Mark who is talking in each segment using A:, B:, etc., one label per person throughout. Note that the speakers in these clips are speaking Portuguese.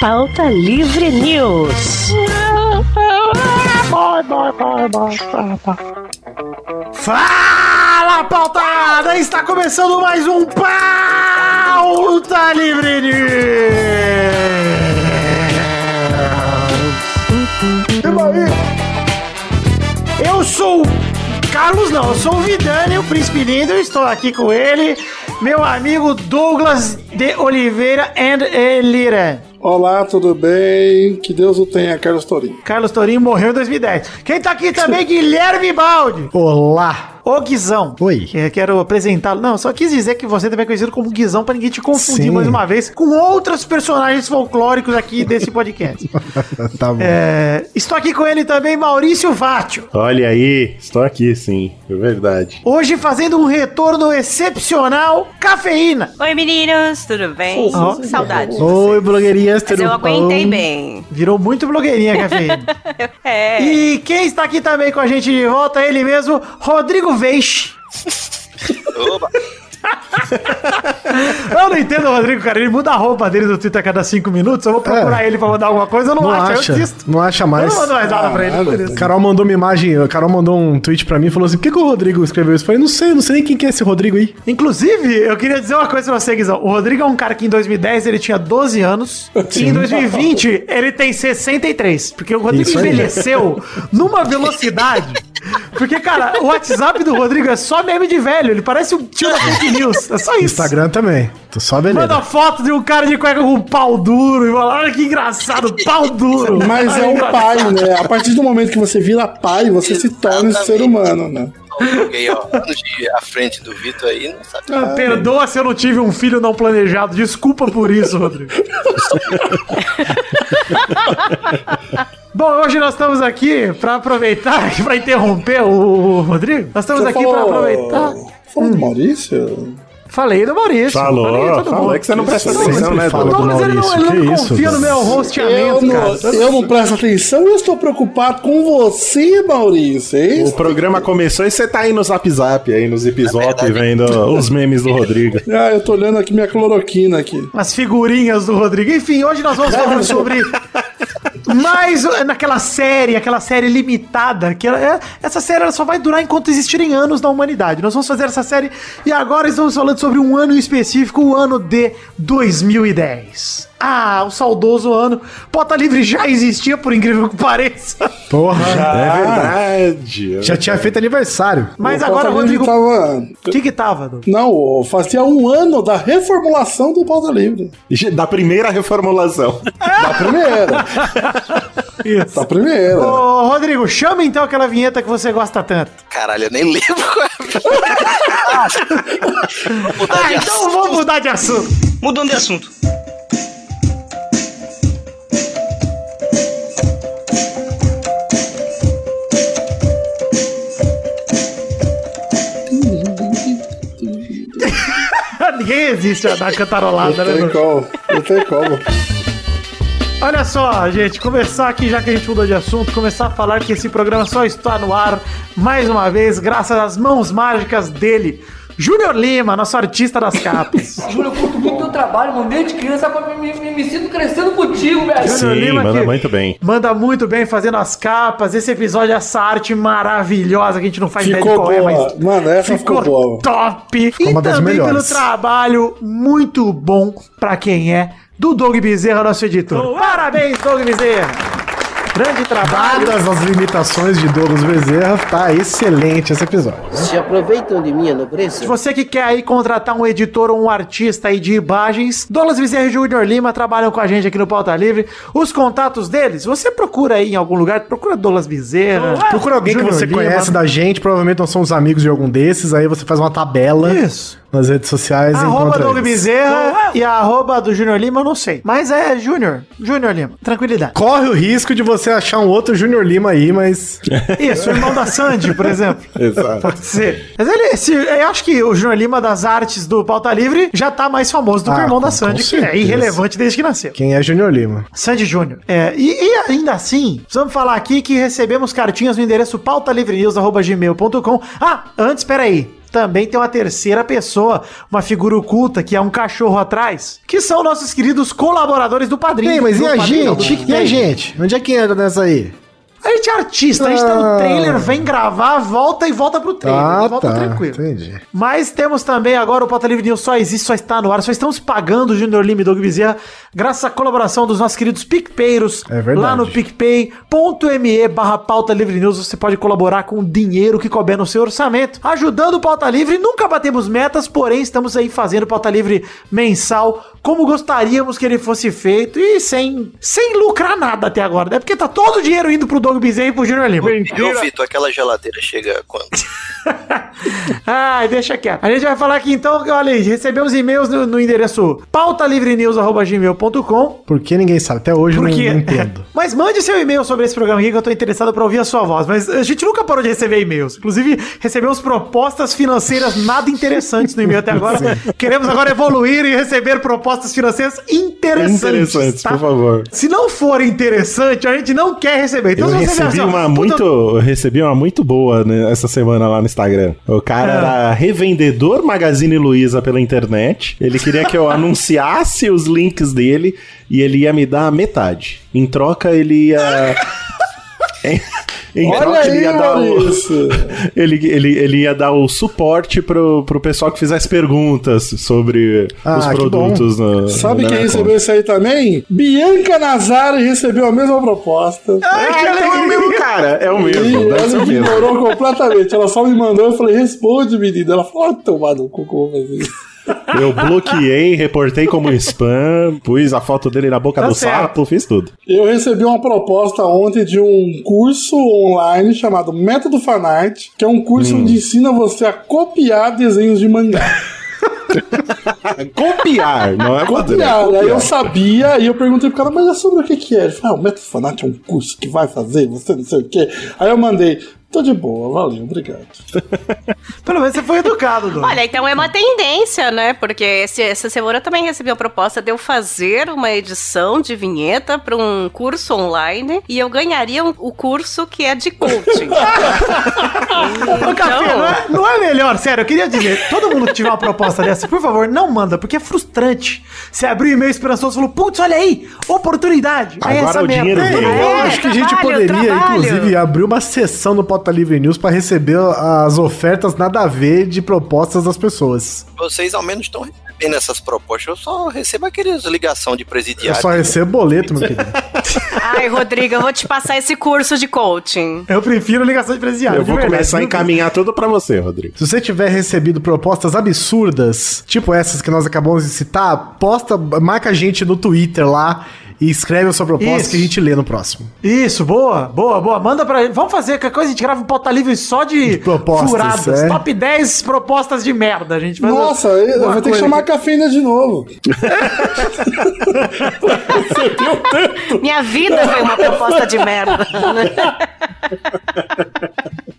A: Pauta Livre News.
B: Fala, pautada! Está começando mais um Pauta Livre News. Eu sou o Carlos, não, eu sou o Vidani, o Príncipe Lindo, eu estou aqui com ele, meu amigo Douglas de Oliveira and Elira.
C: Olá, tudo bem? Que Deus o tenha, Carlos Torinho.
B: Carlos Torinho morreu em 2010. Quem tá aqui também, Guilherme Baldi.
D: Olá!
B: Ô Guizão.
D: Oi.
B: Eu quero apresentá-lo. Não, só quis dizer que você também é conhecido como Guizão pra ninguém te confundir
D: Sim.
B: mais uma vez com outros personagens folclóricos aqui desse podcast.
D: tá bom.
B: É, estou aqui com ele também, Maurício Vátio.
E: Olha aí, estou aqui sim, é verdade.
B: Hoje fazendo um retorno excepcional, cafeína.
F: Oi meninos, tudo bem?
B: Oh,
F: Que Saudade.
D: Oi, blogueirinhas,
F: Mas
D: tudo
F: eu
D: bom?
F: aguentei bem.
B: Virou muito blogueirinha a cafeína.
F: É.
B: e quem está aqui também com a gente de volta, ele mesmo, Rodrigo Veixe.
G: Oba,
B: Eu não entendo o Rodrigo, cara. Ele muda a roupa dele do Twitter a cada cinco minutos. Eu vou procurar ele pra mandar alguma coisa, eu não,
D: É. Não
B: acho.
D: acha,
B: Eu desisto.
D: não acha mais. Ah,
B: Eu não mando mais nada pra ele.
C: Caralho.
B: por isso.
D: Carol mandou uma imagem, a Carol mandou um tweet pra mim e falou assim: por que, que o Rodrigo escreveu isso? Eu falei, não sei, não sei nem quem que é esse Rodrigo aí.
B: Inclusive, eu queria dizer uma coisa pra você, Guizão. O Rodrigo é um cara que em 2010 ele tinha 12 anos. E em 2020 ele tem 63. Porque o Rodrigo
D: Isso aí.
B: envelheceu numa velocidade. Porque, cara, o WhatsApp do Rodrigo é só meme de velho. Ele parece um tio da fake news. É só isso.
D: Instagram também. Tô só beleza.
B: Manda foto de um cara de cueca com pau duro e fala: olha que engraçado, pau duro.
C: Mas é um pai, né? A partir do momento que você vira pai, você se torna um ser humano, né?
G: joguei, ó, anos de à frente do Vitor aí, não sabe.
B: Ah, Perdoa se eu não tive um filho não planejado. Desculpa por isso, Rodrigo. Bom, hoje nós estamos aqui para aproveitar, para interromper o Rodrigo. Nós estamos
C: Você
B: aqui para
C: falou-
B: aproveitar.
C: Falou do Maurício?
B: Falei do Maurício.
E: Falou,
B: falei de todo
E: falou,
B: mundo.
E: é que você não presta
D: Isso,
E: atenção,
D: sempre
E: né,
D: fala
B: O
E: Dudu?
D: do
B: Douglas ele não,
D: Maurício,
B: ele não
D: que isso,
B: confia no
D: Dudu?
B: meu
C: Eu
B: rosteamento,
C: não,
B: cara.
C: eu não presto atenção e eu estou preocupado com você, Maurício. É
E: O
C: isso?
E: programa começou e você tá aí no Zap Zap, aí nos episódios, vendo os memes do Rodrigo.
C: Ah, eu tô olhando aqui minha cloroquina aqui.
B: As figurinhas do Rodrigo. Enfim, hoje nós vamos falar sobre. mais um, naquela série, aquela série limitada, que ela- é- essa série ela só vai durar enquanto existirem anos na humanidade. Nós vamos fazer essa série e agora estamos falando sobre um ano em específico, o ano de 2010. Ah, o saudoso ano. Pauta Livre já existia, por incrível que pareça.
D: Porra.
B: Ah.
E: é verdade.
D: Já tinha feito aniversário.
B: Mas
C: O
B: agora,
C: Pauta
B: Rodrigo.
C: Livre
B: O
C: Tava...
B: que que tava, Douglas?
C: Não, fazia um ano da reformulação do Pauta Livre.
E: Da primeira reformulação.
C: Da primeira.
B: Isso.
C: da primeira.
B: Ô, Rodrigo, chama então aquela vinheta que você gosta tanto.
G: Caralho, eu nem lembro qual é a minha. Vamos mudar
B: Ah,
G: de
B: então
G: assunto.
B: vamos mudar de assunto.
H: Mudando de assunto.
B: Ninguém existe a dar cantarolada, né,
C: Não tem
B: Douglas?
C: como, não tem como.
B: Olha só, gente, começar aqui, já que a gente mudou de assunto, começar a falar que esse programa só está no ar, mais uma vez, graças às mãos mágicas dele, Júnior Lima, nosso artista das capas.
I: Júlio, eu curto muito teu trabalho, mano, desde criança, eu me, me, me sinto crescendo contigo, velho.
E: Sim,
B: Lima
E: manda
B: que-
E: muito bem.
B: Manda muito bem fazendo as capas, esse episódio, é essa arte maravilhosa que a gente não faz ideia de
C: Ficou
B: qual é, mas...
C: boa. Mano, essa ficou, boa.
B: top! e
D: uma das
B: também pelo
D: melhores.
B: trabalho muito bom pra quem é do Doug Bezerra, nosso editor. Parabéns, Doug Bezerra! Grande
H: Ah,
B: trabalho.
D: Dadas as limitações de Douglas Bezerra, tá excelente esse episódio.
J: Se aproveitam de minha
B: Se
J: nobreza,
B: você que quer aí contratar um editor ou um artista aí de imagens, Douglas Bezerra e Júnior Lima trabalham com a gente aqui no Pauta Livre. Os contatos deles, você procura aí em algum lugar, procura Douglas Bezerra.
D: Procura alguém que
B: Júnior
D: você
B: Lima.
D: conhece da gente, provavelmente nós somos amigos de algum desses, aí você faz uma tabela
B: Isso.
D: nas redes sociais e
B: Arroba
D: encontra
B: Doug
D: eles.
B: Bezerra e a arroba do Júnior Lima, eu não sei. Mas é Júnior. Júnior Lima. Tranquilidade.
D: Corre o risco de você achar um outro Júnior Lima aí, mas
B: Isso, o irmão da Sandy, por exemplo.
E: Exato.
B: Pode ser. Mas ele, esse- eu acho que o Júnior Lima das artes do Pauta Livre já tá mais famoso do que o
D: Ah,
B: irmão da
D: com-
B: Sandy,
D: com
B: que é
D: certeza.
B: irrelevante desde que nasceu.
D: quem é Júnior Lima?
B: Sandy Júnior. É, e, e ainda assim, precisamos falar aqui que recebemos cartinhas no endereço pautalivrenews.gmail.com. Ah, antes, peraí. também tem uma terceira pessoa, uma figura oculta, que é um cachorro atrás, que são nossos queridos colaboradores do Padrinho.
H: Ei, mas e
B: Do
H: a
B: Padrinho, não, do
H: gente? E a
B: PicPay.
H: gente? Onde é que entra nessa aí?
B: A gente é artista, a gente tá no
H: Ah.
B: trailer, vem gravar, volta e volta pro trailer.
H: Ah,
B: e volta tranquilo.
H: Entendi.
B: Mas temos também agora o Pauta Livre News só existe, só está no ar. Só estamos pagando o Junior Lima e Doug Bezerra, graças à colaboração dos nossos queridos PicPeiros.
H: É verdade.
B: Lá no picpay.me barra Pauta Livre News você pode colaborar com o dinheiro que couber no seu orçamento. Ajudando o Pauta Livre, nunca batemos metas, porém estamos aí fazendo Pauta Livre mensal como gostaríamos que ele fosse feito e sem, sem lucrar nada até agora, né? Porque tá todo o dinheiro indo pro Doug Bezerra e pro Junior Lima.
G: Viu, Vitor? Aquela geladeira chega quando?
B: Ai, deixa quieto. A gente vai falar aqui então, que, olha aí, recebemos e-mails no, no endereço pautalivrenews.gmail.com
H: Porque ninguém sabe. Até hoje eu não,
B: porque...
H: não entendo.
B: mas mande seu e-mail sobre esse programa aqui que eu tô interessado pra ouvir a sua voz. Mas a gente nunca parou de receber e-mails. Inclusive, recebemos propostas financeiras nada interessantes no e-mail até agora. Queremos agora evoluir e receber propostas financeiras interessantes.
E: Interessantes,
B: tá?
E: por favor.
B: Se não for interessante, a gente não quer receber.
E: Eu
B: se vier
E: recebi
B: assim, ó,
E: uma
B: puta-
E: muito, eu recebi uma muito boa né, essa semana lá no Instagram. O cara era revendedor Magazine Luiza pela internet. Ele queria que eu anunciasse os links dele e ele ia me dar a metade. Em troca ele ia em, em
C: Olha
E: troca ele
C: aí,
E: ia dar o,
C: Maurício.
E: ele, ele, ele ia dar o suporte pro, pro pessoal que fizesse perguntas sobre
H: Ah,
E: os
H: que
E: produtos. No,
C: Sabe
E: na
C: quem
E: minha
C: recebeu isso aí também? Bianca Nazari recebeu a mesma proposta.
E: Ah, então é o mesmo cara. É o
C: E
E: mesmo. Deve ser
C: ela
E: o mesmo.
C: ignorou completamente. Ela só me mandou, eu falei, responde, menina. Ela falou, ah, tomado no cu, como eu vou fazer isso?
E: Eu bloqueei, reportei como spam, pus a foto dele na boca
B: Tá
E: do
B: certo.
E: sapo, fiz tudo.
C: Eu recebi uma proposta ontem de um curso online chamado Método Fanart, que é um curso
E: Hum.
C: onde ensina você a copiar desenhos de mangá.
E: Copiar, não é fazer, é
C: Copiar, aí eu
E: copiar.
C: sabia e eu perguntei pro cara, mas é sobre o que que é? Ele falou, ah, o Método Fanart é um curso que vai fazer, você não sei o quê. Aí eu mandei, tô de boa, valeu, obrigado.
B: Pelo menos você foi educado, Dom.
F: Olha, então é uma tendência, né? Porque esse- essa semana eu também recebi a proposta de eu fazer uma edição de vinheta para um curso online e eu ganharia um- o curso que é de coaching.
B: Ô, Café, não
F: então,
B: é, não é melhor, sério, eu queria dizer, todo mundo que tiver uma proposta dessa, por favor, não manda, porque é frustrante. Você abriu o e-mail esperançoso e falou, putz, olha aí, oportunidade. aí
E: Agora
B: essa
E: o
B: merda.
E: dinheiro veio.
F: É,
H: Eu acho que a gente
F: trabalho,
H: poderia,
F: trabalho.
H: inclusive, abrir uma sessão no Pauta Livre News pra receber as ofertas nada a ver de propostas das pessoas.
G: Vocês ao menos estão recebendo essas propostas. Eu só recebo aqueles ligação de
H: Eu
G: presidiário.
H: só recebo boleto, meu querido.
F: ai, Rodrigo, eu vou te passar esse curso de coaching.
B: Eu prefiro ligação de presidiário.
E: Eu vou
B: de verdade.
E: começar a
H: né?
E: encaminhar tudo pra você, Rodrigo.
H: Se você tiver recebido propostas absurdas, tipo essas que nós acabamos de citar, posta, marca a gente no Twitter lá e escreve a sua proposta
B: Isso.
H: que a gente lê no próximo.
B: Isso, boa, boa, boa. Manda pra ele. Vamos fazer, qualquer coisa a gente grava um pauta livre só de,
H: De propostas,
B: furadas.
H: é.
B: Top 10 propostas de merda, a gente. faz
C: Nossa,
B: uma-
C: eu
B: uma
C: vou ter que
B: coisa
C: chamar a cafeína de novo.
F: Minha vida foi uma proposta de merda.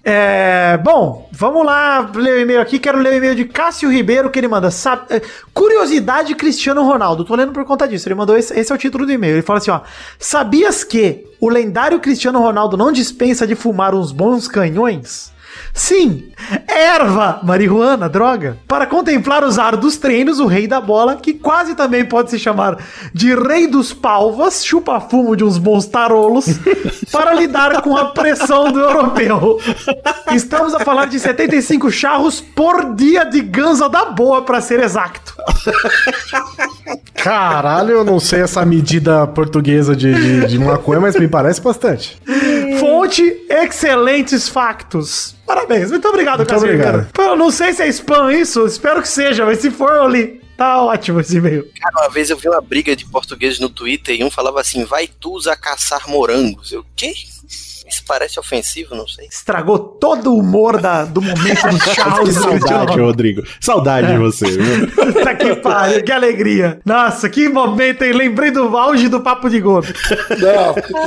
B: É, bom, vamos lá ler o e-mail aqui. Quero ler o e-mail de Cássio Ribeiro, que ele manda. sa- é, curiosidade Cristiano Ronaldo. Tô lendo por conta disso. Ele mandou esse, esse é o título do e-mail. Ele fala assim: ó. Sabias que o lendário Cristiano Ronaldo não dispensa de fumar uns bons canhões? Sim, erva, marihuana, droga. Para contemplar os ar dos treinos, o rei da bola, que quase também pode se chamar de rei dos palvas, chupa fumo de uns bons tarolos, para lidar com a pressão do europeu. Estamos a falar de 75 charros por dia de ganza da boa, para ser exacto.
H: Caralho, eu não sei essa medida portuguesa de, de, de maconha, mas me parece bastante.
B: Fonte, excelentes factos. Parabéns, muito obrigado,
H: Muito
B: Casimiro.
H: obrigado.
B: Eu não sei se é spam isso, espero que seja, mas se for, eu li. Tá ótimo esse e-mail.
G: Cara, uma vez eu vi uma briga de portugueses no Twitter e um falava assim: vai Tusa caçar morangos. Eu, que? Isso parece ofensivo, não sei.
B: estragou todo o humor da, do momento do
E: Que
B: Charles
E: saudade, Rodrigo. Saudade de você. viu?
B: Puta que pariu, que alegria. Nossa, que momento, hein? Lembrei do auge do Papo de Gordo.
C: Não.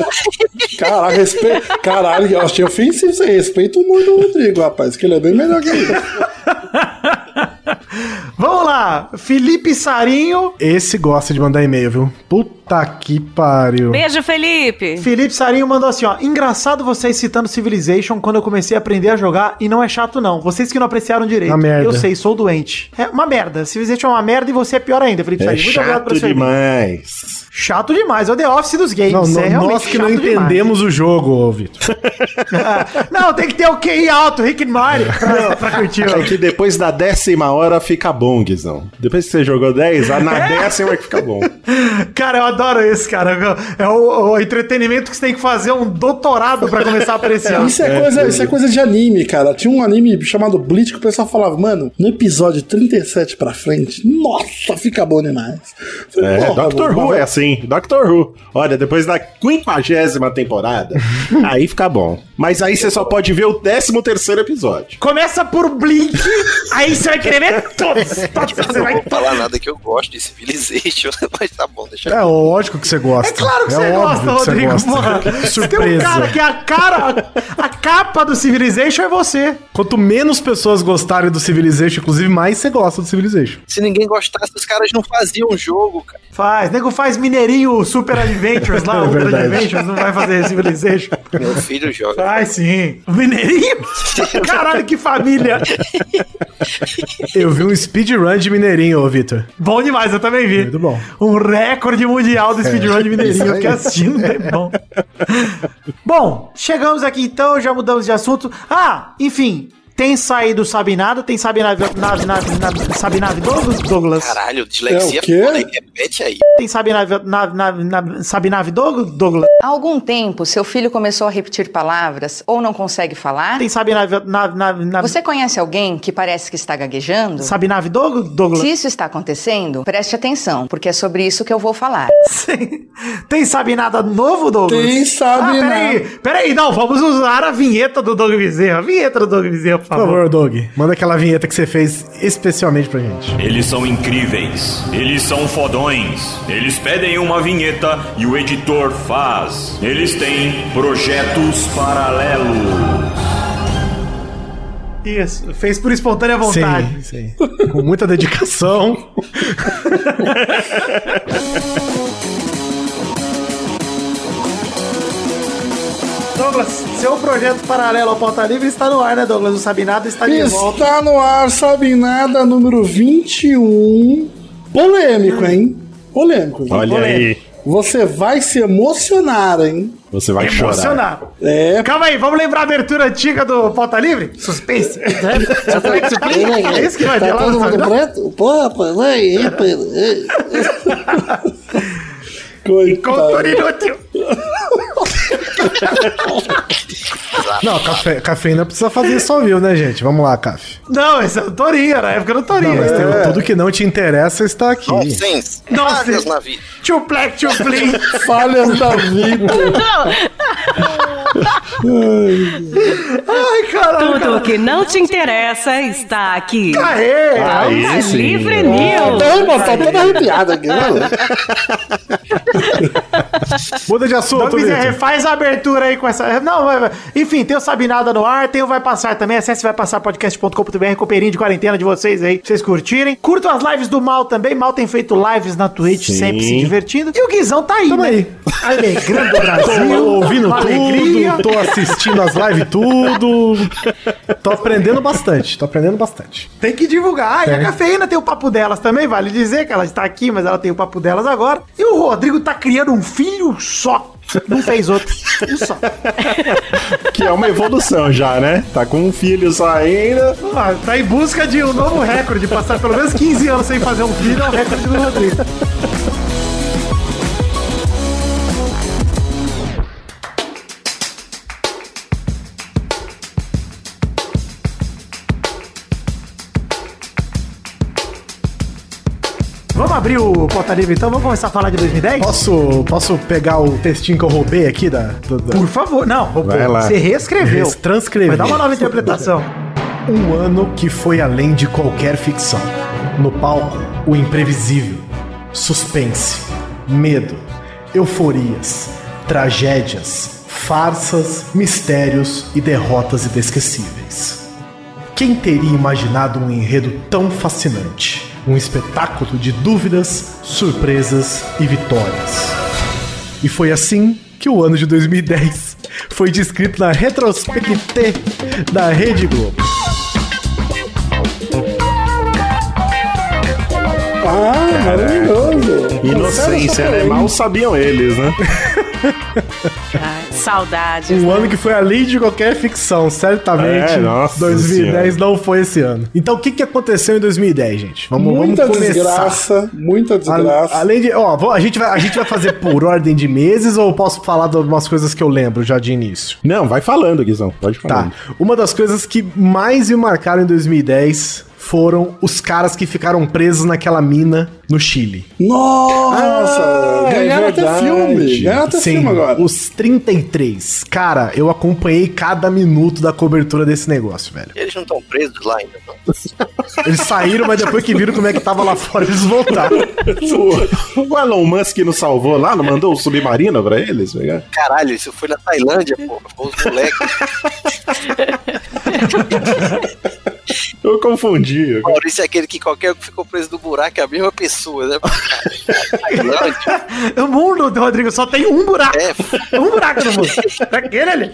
C: Caralho, respeito. Caralho, eu achei ofensivo isso aí. Respeita o humor do Rodrigo, rapaz, que ele é bem melhor que eu.
B: Vamos lá, Felipe Sarinho.
H: Esse gosta de mandar e-mail, viu? Puta Tá que pariu.
F: Beijo, Felipe.
B: Felipe Sarinho mandou assim, ó. Engraçado vocês citando Civilization quando eu comecei a aprender a jogar e não é chato, não. Vocês que não apreciaram direito.
H: Uma merda.
B: Eu sei, sou doente. É uma merda. Civilization é uma merda e você é pior ainda, Felipe
E: É
B: Sarinho. Muito obrigado
E: chato
B: pelo seu e-mail.
E: demais.
B: Chato demais. É o The Office dos games.
H: Não,
B: é
H: no-
B: realmente
H: nós que
B: chato
H: não entendemos o jogo, ô, Vitor.
B: demais. não, tem que ter o QI alto, Rick and Morty, pra, pra curtir. ó.
E: É que depois da décima hora fica bom, Guizão. Depois que você jogou 10, a- na décima é que fica bom.
B: Cara, eu adoro esse, cara. É o, o entretenimento que você tem que fazer um doutorado pra começar a apreciar.
C: Isso é, coisa, isso é coisa de anime, cara. Tinha um anime chamado Bleach que o pessoal falava, mano, no episódio 37 pra frente, nossa, fica bom demais. Eu Falei,
E: É,
C: porra,
E: Doctor
C: mano,
E: Who é
C: mas-
E: assim, Doctor Who. Olha, depois da quinquagésima temporada, aí fica bom. Mas aí você só pode ver o décimo terceiro episódio.
B: Começa por Blink, aí você vai querer ver todos. todos você vai...
G: falar nada que eu gosto de Civilization, mas tá bom, deixa
H: É
G: eu...
H: lógico que você gosta.
B: É claro que você gosta,
H: óbvio que você
B: Rodrigo.
H: gosta.
B: porra. Você
H: Que
B: Tem um
H: Surpresa.
B: cara que é a cara, a capa do Civilization é você.
H: Quanto menos pessoas gostarem do Civilization, inclusive, mais você gosta do Civilization.
G: Se ninguém gostasse, os caras não faziam o jogo, cara.
B: Faz, nego faz mineirinho Super Adventures lá,
H: É
B: Ultra
H: verdade.
B: Adventures, não vai fazer Civilization.
G: Meu filho joga.
B: Faz sim. Mineirinho? Caralho, que família.
H: Eu vi um speedrun de Mineirinho, ô, Vitor.
B: Bom demais, eu também vi.
H: Muito bom. É,
B: Um recorde mundial do speedrun de
H: isso
B: Mineirinho.
H: aí.
B: Eu fiquei assistindo, é bom. bom, chegamos aqui então, já mudamos de assunto. Ah, enfim, tem saído Sabe Nada, tem Sabe Nada, nada, nada, nada Sabe Nada Douglas, Douglas.
G: Caralho, dislexia
C: É o quê?
G: foda, hein? repete aí.
B: tem Sabe Nada, nada, nada, nada, Sabe Nada Douglas, Douglas.
J: Há algum tempo, seu filho começou a repetir palavras ou não consegue falar?
B: tem Sabe Nada, nada, nada, nada,
J: Você é conhece alguém que parece que está gaguejando?
B: Sabe Nada Douglas, Douglas.
J: Se isso está acontecendo, preste atenção, porque é sobre isso que eu vou falar.
B: Tem Sabe Nada novo, Douglas?
C: Tem Sabe
B: ah, peraí, peraí, não, vamos usar a vinheta do Doug Bezerra, a vinheta do Doug Bezerra, por
H: Por
B: favor.
H: favor, Doug, manda aquela vinheta que você fez especialmente pra gente.
K: Eles são incríveis, eles são fodões. Eles pedem uma vinheta e o editor faz. Eles têm projetos paralelos.
B: Isso, fez por espontânea vontade.
H: Sim, sim. Com muita dedicação.
B: Douglas, seu projeto paralelo ao Pauta Livre está no ar, né, Douglas? Não sabe nada, está de volta.
C: Está tá no ar, sabe nada, número 21. Polêmico, hein? Polêmico. hein?
E: Olha aí,
C: Você vai se emocionar, hein?
E: você vai chorar.
B: Emocionado.
C: É,
B: Calma aí, vamos lembrar a abertura antiga do Pauta Livre? Suspense. É isso que vai ter
C: tá
B: lá
C: todo
B: no
C: mundo
B: Instagram.
C: preto? Pô, pô, vai, aí, pô, aí.
B: Conto
C: Coitado.
B: inútil.
H: Não, cafe, cafeína precisa fazer isso ao vivo, né, gente? Vamos lá, Caf.
B: Não, esse é o Torinho, era a época do Torinho.
H: Não, mas tem
B: É.
H: tudo que não te interessa está aqui.
G: Nonsense.
B: Nonsense.
G: Falhas na vida.
B: Tchuplec, tchuplim.
C: Falhas da vida.
B: Ai, caralho.
F: Tudo que não te interessa está aqui.
B: Aê!
E: Aí
F: Pauta
E: sim.
F: Livre News.
C: Não, irmão, tá toda arrepiada aqui, mano.
H: Muda de assunto,
B: Doug Bezerra,
H: Vitor.
B: faz a abertura aí com essa. Não, vai- vai- enfim, tem o Sabe Nada no ar, tem o Vai Passar também. Acesse vai passar podcast.com.br, copeirinho de quarentena de vocês aí, pra vocês curtirem. Curtam as lives do Mal também. Mal tem feito lives na Twitch,
E: Sim.
B: sempre se divertindo. E o Guizão tá aí,
H: Tamo
B: né?
H: aí.
B: Alegrando o Brasil.
H: Tô ouvindo
B: uma
H: tudo,
B: alegria.
H: tô assistindo as lives tudo. Tô aprendendo bastante, tô aprendendo bastante.
B: Tem que divulgar. E a
H: É.
B: cafeína tem o papo delas também, vale dizer que ela está aqui, mas ela tem o papo delas agora. E o Rodrigo tá criando um filho só. Não fez outro. Um só.
E: Que é uma evolução já, né? Tá com um filho só ainda.
B: Ah, tá em busca de um novo recorde, passar pelo menos 15 anos sem fazer um filho é o recorde do Rodrigo. Vamos abrir o Porta Livre então? Vamos começar a falar de 2010?
H: Posso, posso pegar o textinho que eu roubei aqui da. do- da-
B: Por favor, não, pô,
E: Vai lá.
B: você reescreveu.
H: Res- transcrevi.
B: Vai dar uma nova interpretação.
H: Um ano que foi além de qualquer ficção. No palco, o imprevisível, suspense, medo, euforias, tragédias, farsas, mistérios e derrotas inesquecíveis. Quem teria imaginado um enredo tão fascinante? Um espetáculo de dúvidas, surpresas e vitórias. E foi assim que o ano de 2010 foi descrito na retrospectiva da Rede Globo.
C: Ah, maravilhoso!
E: Inocência, né? Mal sabiam eles, né?
F: Ai, saudades. né?
H: Um ano que foi além de qualquer ficção, certamente.
E: É, nossa
H: 2010 não foi esse ano. Então o que, que aconteceu em 2010, gente? Vamos,
C: muita
H: vamos começar.
C: desgraça, muita desgraça.
H: A- Além de. Ó, vou- a, gente vai, a gente vai fazer por ordem de meses ou eu posso falar de algumas coisas que eu lembro já de início?
E: Não, vai falando, Guizão. Pode
H: Tá.
E: falar.
H: Uma das coisas que mais me marcaram em 2010 foram os caras que ficaram presos naquela mina no Chile.
C: Nossa,
E: Ah, é
C: ganharam até
E: verdade.
C: filme. Ganharam até
H: Sim,
C: Tá, filme agora.
H: os 33. Cara, eu acompanhei cada minuto da cobertura desse negócio, velho.
G: Eles não estão presos lá ainda, não.
H: Eles saíram, mas depois que viram como é que tava lá fora, eles voltaram.
F: É.
E: O, o Elon Musk não salvou lá, não mandou o submarino pra eles? pegar?
G: Caralho, isso foi na Tailândia, pô. Os moleques.
E: Eu confundi. eu-
G: Maurício é aquele que qualquer um que ficou preso no buraco é a mesma pessoa, né? Tailândia.
B: O mundo, Rodrigo, só tem um buraco.
G: É,
B: Um buraco no mundo. Aquele ali.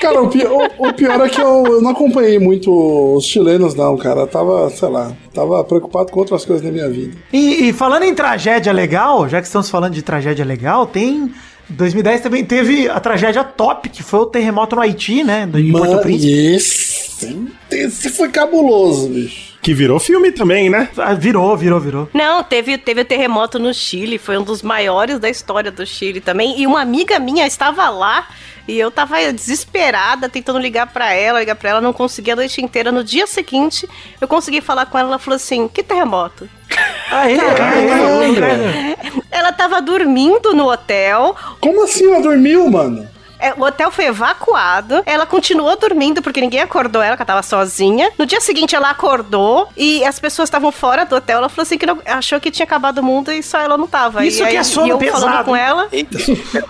C: Cara, o, pi- o- o pior é que eu, eu não acompanhei muito os chilenos, não, cara. Eu tava, sei lá, tava preocupado com outras coisas na minha vida.
B: E, e falando em tragédia legal, já que estamos falando de tragédia legal, tem. 2010 também teve a tragédia top, que foi o terremoto no Haiti, né? do- Em Porto
C: Mano,
B: Príncipe.
C: esse, esse foi cabuloso, bicho.
E: Que virou filme também, né?
B: Ah, Virou, virou, virou.
F: Não, teve, teve o terremoto no Chile, foi um dos maiores da história do Chile também. E uma amiga minha estava lá e eu estava desesperada tentando ligar para ela, ligar para ela, não conseguia a noite inteira. No dia seguinte, eu consegui falar com ela, ela falou assim: "Que terremoto?".
B: Aê, aê, aê.
F: Ela estava dormindo no hotel,
C: Como assim ela dormiu, mano?
F: é, o hotel foi evacuado, ela continuou dormindo porque ninguém acordou ela, que ela tava sozinha. No dia seguinte ela acordou e as pessoas estavam fora do hotel. Ela falou assim que não- achou que tinha acabado o mundo e só ela não tava.
B: Isso
F: e
B: que é sono
F: e eu
B: pesado.
F: falando com ela,
G: eita.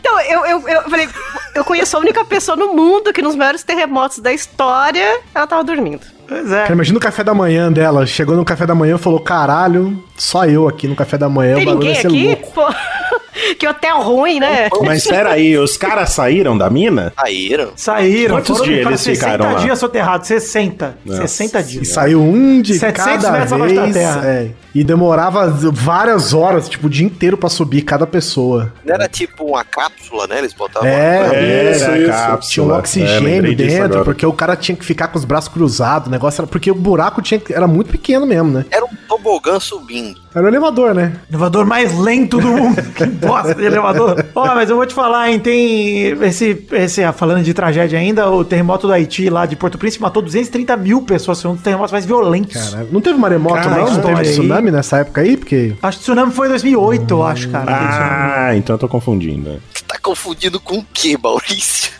F: Então, eu, eu, eu falei, eu conheço a única pessoa no mundo que nos maiores terremotos da história, ela tava dormindo.
B: Pois é.
H: Cara, imagina o café da manhã dela. Chegou no café da manhã e falou: caralho, só eu aqui no café da manhã,
F: Tem
H: o É um bagulho
F: ninguém
H: vai ser
F: aqui?
H: louco.
F: Pô, que hotel ruim, né?
E: Mas peraí, os caras saíram da mina?
G: Saíram.
B: Saíram.
E: Quantos dias
B: para
E: eles ficaram lá?
B: dias soterrados, 60. 60
H: E
B: dias.
H: saiu um de
B: 700
H: cada
B: metros abaixo da
H: vez.
B: terra.
H: é. e demorava várias horas, tipo, o dia inteiro pra subir cada pessoa.
G: Não era tipo uma cápsula, né? Eles botavam.
H: É,
C: isso,
E: a
C: isso.
H: Tinha um
E: cápsula. É,
H: oxigênio
E: lembrei disso
H: dentro,
E: agora.
H: porque o cara tinha que ficar com os braços cruzados, o negócio era. Porque o buraco tinha que- era muito pequeno mesmo, né?
G: Era um tobogã subindo.
H: Era o elevador, né?
B: Elevador mais lento do mundo. que bosta de elevador. Ó, mas eu vou te falar, hein? Tem. Esse, esse, ah, falando de tragédia ainda, o terremoto do Haiti lá de Porto Príncipe matou 230 mil pessoas. Foi um dos terremotos mais violentos.
H: Caralho. Não teve maremoto,
B: Caralho,
H: não? Não teve
B: olha aí.
H: tsunami nessa época aí? Porque.
B: Acho que o tsunami foi em 2008, eu acho, cara. aquele tsunami.
E: Ah, então eu tô confundindo. né?
G: Você tá confundindo com o que, Maurício?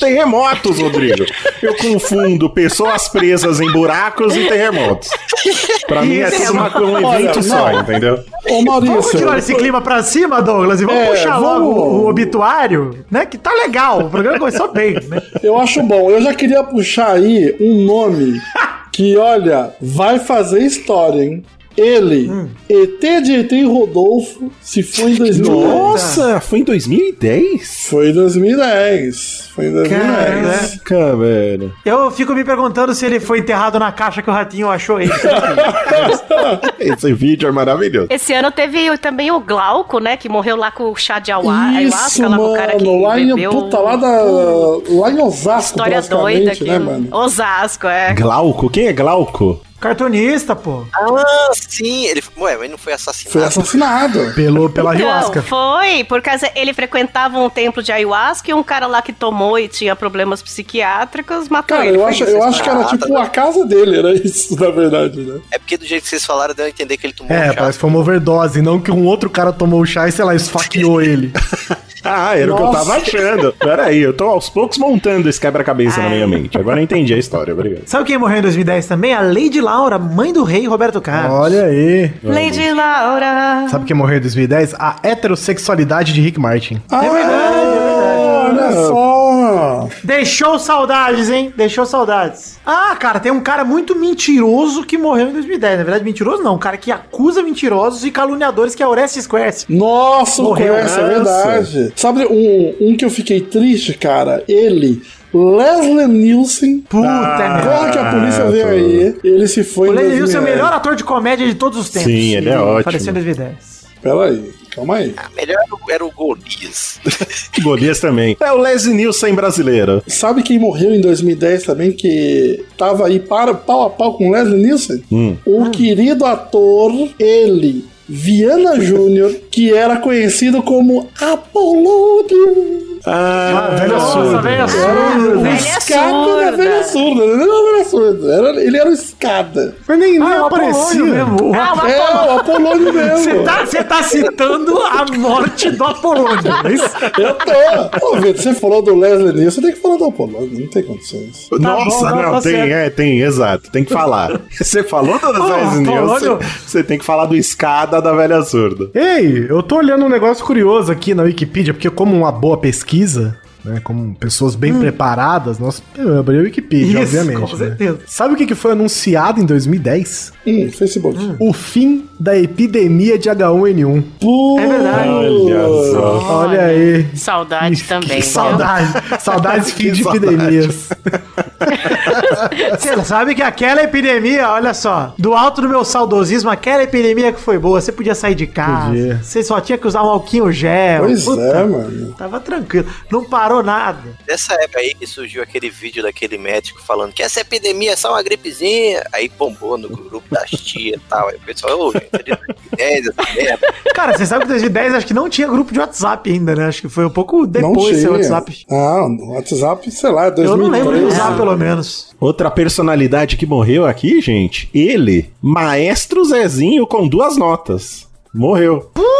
E: Terremotos, Rodrigo. Eu confundo pessoas presas em buracos e terremotos. Pra mim é tudo uma, um evento só, entendeu?
C: Ô,
B: Vamos
C: Maurício.
B: continuar esse clima pra cima, Douglas, e vamos
C: É,
B: puxar logo
C: vamos.
B: o obituário, né? Que tá legal. O programa começou bem, né?
C: Eu acho bom. Eu já queria puxar aí um nome que, olha, vai fazer história, hein? Ele,
B: Hum.
C: ET de ET e Rodolfo, se foi em 2010.
E: Nossa, foi em 2010?
C: Foi em 2010. Foi em 2010.
B: Caraca.
E: Cara, velho.
B: Eu fico me perguntando se ele foi enterrado na caixa que o ratinho achou ele.
E: Esse vídeo é maravilhoso.
F: Esse ano teve o- também o Glauco, né? Que morreu lá com o chá de aua-
C: Isso,
F: ayahuasca, lá com o cara que
C: mano. Lá em,
F: bebeu um
C: puta, lá, da, lá em Osasco,
F: História doida
C: praticamente,
F: aqui.
C: né, mano?
F: Osasco, é.
E: Glauco? Quem é Glauco?
B: Cartunista, pô.
G: Ah, sim. Ele... Ué, mas não foi assassinado.
C: Foi assassinado.
H: Pelo, pela
B: Então.
F: Não,
H: ayahuasca.
F: foi, por causa ele frequentava um templo de ayahuasca e um cara lá que tomou e tinha problemas psiquiátricos matou
C: Cara,
F: ele.
C: eu
F: foi
C: acho,
F: isso,
C: eu
F: a
C: acho que era
G: Ah,
C: tipo
G: tá.
C: a casa dele, era isso, na verdade, né?
G: É porque do jeito que vocês falaram, deu a entender que ele tomou um
H: É,
G: chá.
H: parece que foi uma overdose, não que um outro cara tomou o chá e, sei lá, esfaqueou ele.
E: Ah, era o que eu tava achando. Peraí, eu tô aos poucos montando esse quebra-cabeça
B: Ah.
E: na minha mente. Agora eu entendi a história, obrigado.
B: Sabe quem morreu em 2010 também? A Lady Laura, mãe do rei Roberto Carlos.
H: Olha aí.
F: Lady Laura.
H: Sabe quem morreu em
F: é
H: 2010? A heterossexualidade de Rick Martin.
C: Ah,
B: verdade, é verdade.
C: Olha só! legal.
B: Deixou saudades, hein? Deixou saudades. Ah, cara, tem um cara muito mentiroso que morreu em 2010. Na verdade, mentiroso não. Um cara que acusa mentirosos e caluniadores, que é Orestes Quercy.
C: Nossa, morreu. Essa é verdade. Sabe um, um que eu fiquei triste, cara? Ele. Leslie Nielsen.
B: Puta merda.
C: Agora que a polícia veio aí, ele se foi
B: O
C: em
B: Lenny Wilson é o
C: 2010.
B: melhor ator de comédia de todos os tempos.
E: Sim, ele é ótimo.
B: Apareceu em 2010.
C: Peraí, calma aí.
G: Melhor era o- era o Golias.
E: Golias também. É o Leslie Nielsen brasileiro.
C: Sabe quem morreu em 2010 também, que tava aí para, pau a pau com Leslie Nielsen?
E: Hum.
C: O
B: Ah.
C: querido ator, ele, Viana Júnior, que era conhecido como Apolônio.
E: Ah,
B: velha surda. velha surda.
C: Era o
B: Velha
C: escada da velha
F: surda.
C: surda. Ele não era velha surda. Era, ele era o escada.
H: Mas nem,
B: Ah, é
H: nem
B: o Apolônio
H: aparecia.
B: mesmo. O
F: Ah, o
C: É,
F: Apolo-
C: o Apolônio
B: Você
C: mesmo.
B: tá, você tá citando a morte do Apolônio. é isso?
C: Eu tô. Pô, Vitor, você falou do Leslie Nielsen, você tem que falar do Apolônio. Não tem condições.
E: Nossa,
B: bom, não,
E: não,
B: tá
E: tem,
B: certo. Ah,
E: é, tem, exato, tem que falar. Você falou do Leslie Nielsen,
B: Apolônio.
E: você tem que falar do escada da velha surda.
H: Ei, eu tô olhando um negócio curioso aqui na Wikipedia, porque como uma boa pesquisa, né, como pessoas bem preparadas, nós eu abri a Wikipedia,
B: Hum. Isso,
H: obviamente.
B: com
H: né?
B: certeza.
H: Sabe o que que foi anunciado em 2010?
C: Hum, Facebook.
H: O fim da epidemia de H1N1.
C: Pô,
B: É verdade.
E: Olha só.
H: Olha aí.
F: Saudade também.
H: Que
F: viu?
H: saudade. Saudades fim de
E: saudade.
H: epidemias.
B: Você sabe que aquela epidemia, olha só, do alto do meu saudosismo, aquela epidemia que foi boa, você podia sair de casa,
H: Podia.
B: você só tinha que usar um alquinho gel.
C: Pois
B: Puta,
C: é, mano.
B: Tava tranquilo, não parou nada.
G: Nessa época aí que surgiu aquele vídeo daquele médico falando que essa epidemia é só uma gripezinha. Aí bombou no grupo das tia e tal. Aí o pessoal, ô, gente, é de 2010, essa merda.
B: Cara, você sabe que em 2010 acho que não tinha grupo de WhatsApp ainda, né? Acho que foi um pouco
C: não
B: depois
C: tinha.
B: seu WhatsApp.
C: Ah, no WhatsApp, sei lá, é
B: Eu
C: 2003.
B: não lembro de usar,
C: né?
B: pelo menos.
E: Outra personalidade que morreu aqui, gente, ele, Maestro Zezinho com duas notas. Morreu.
B: Puta!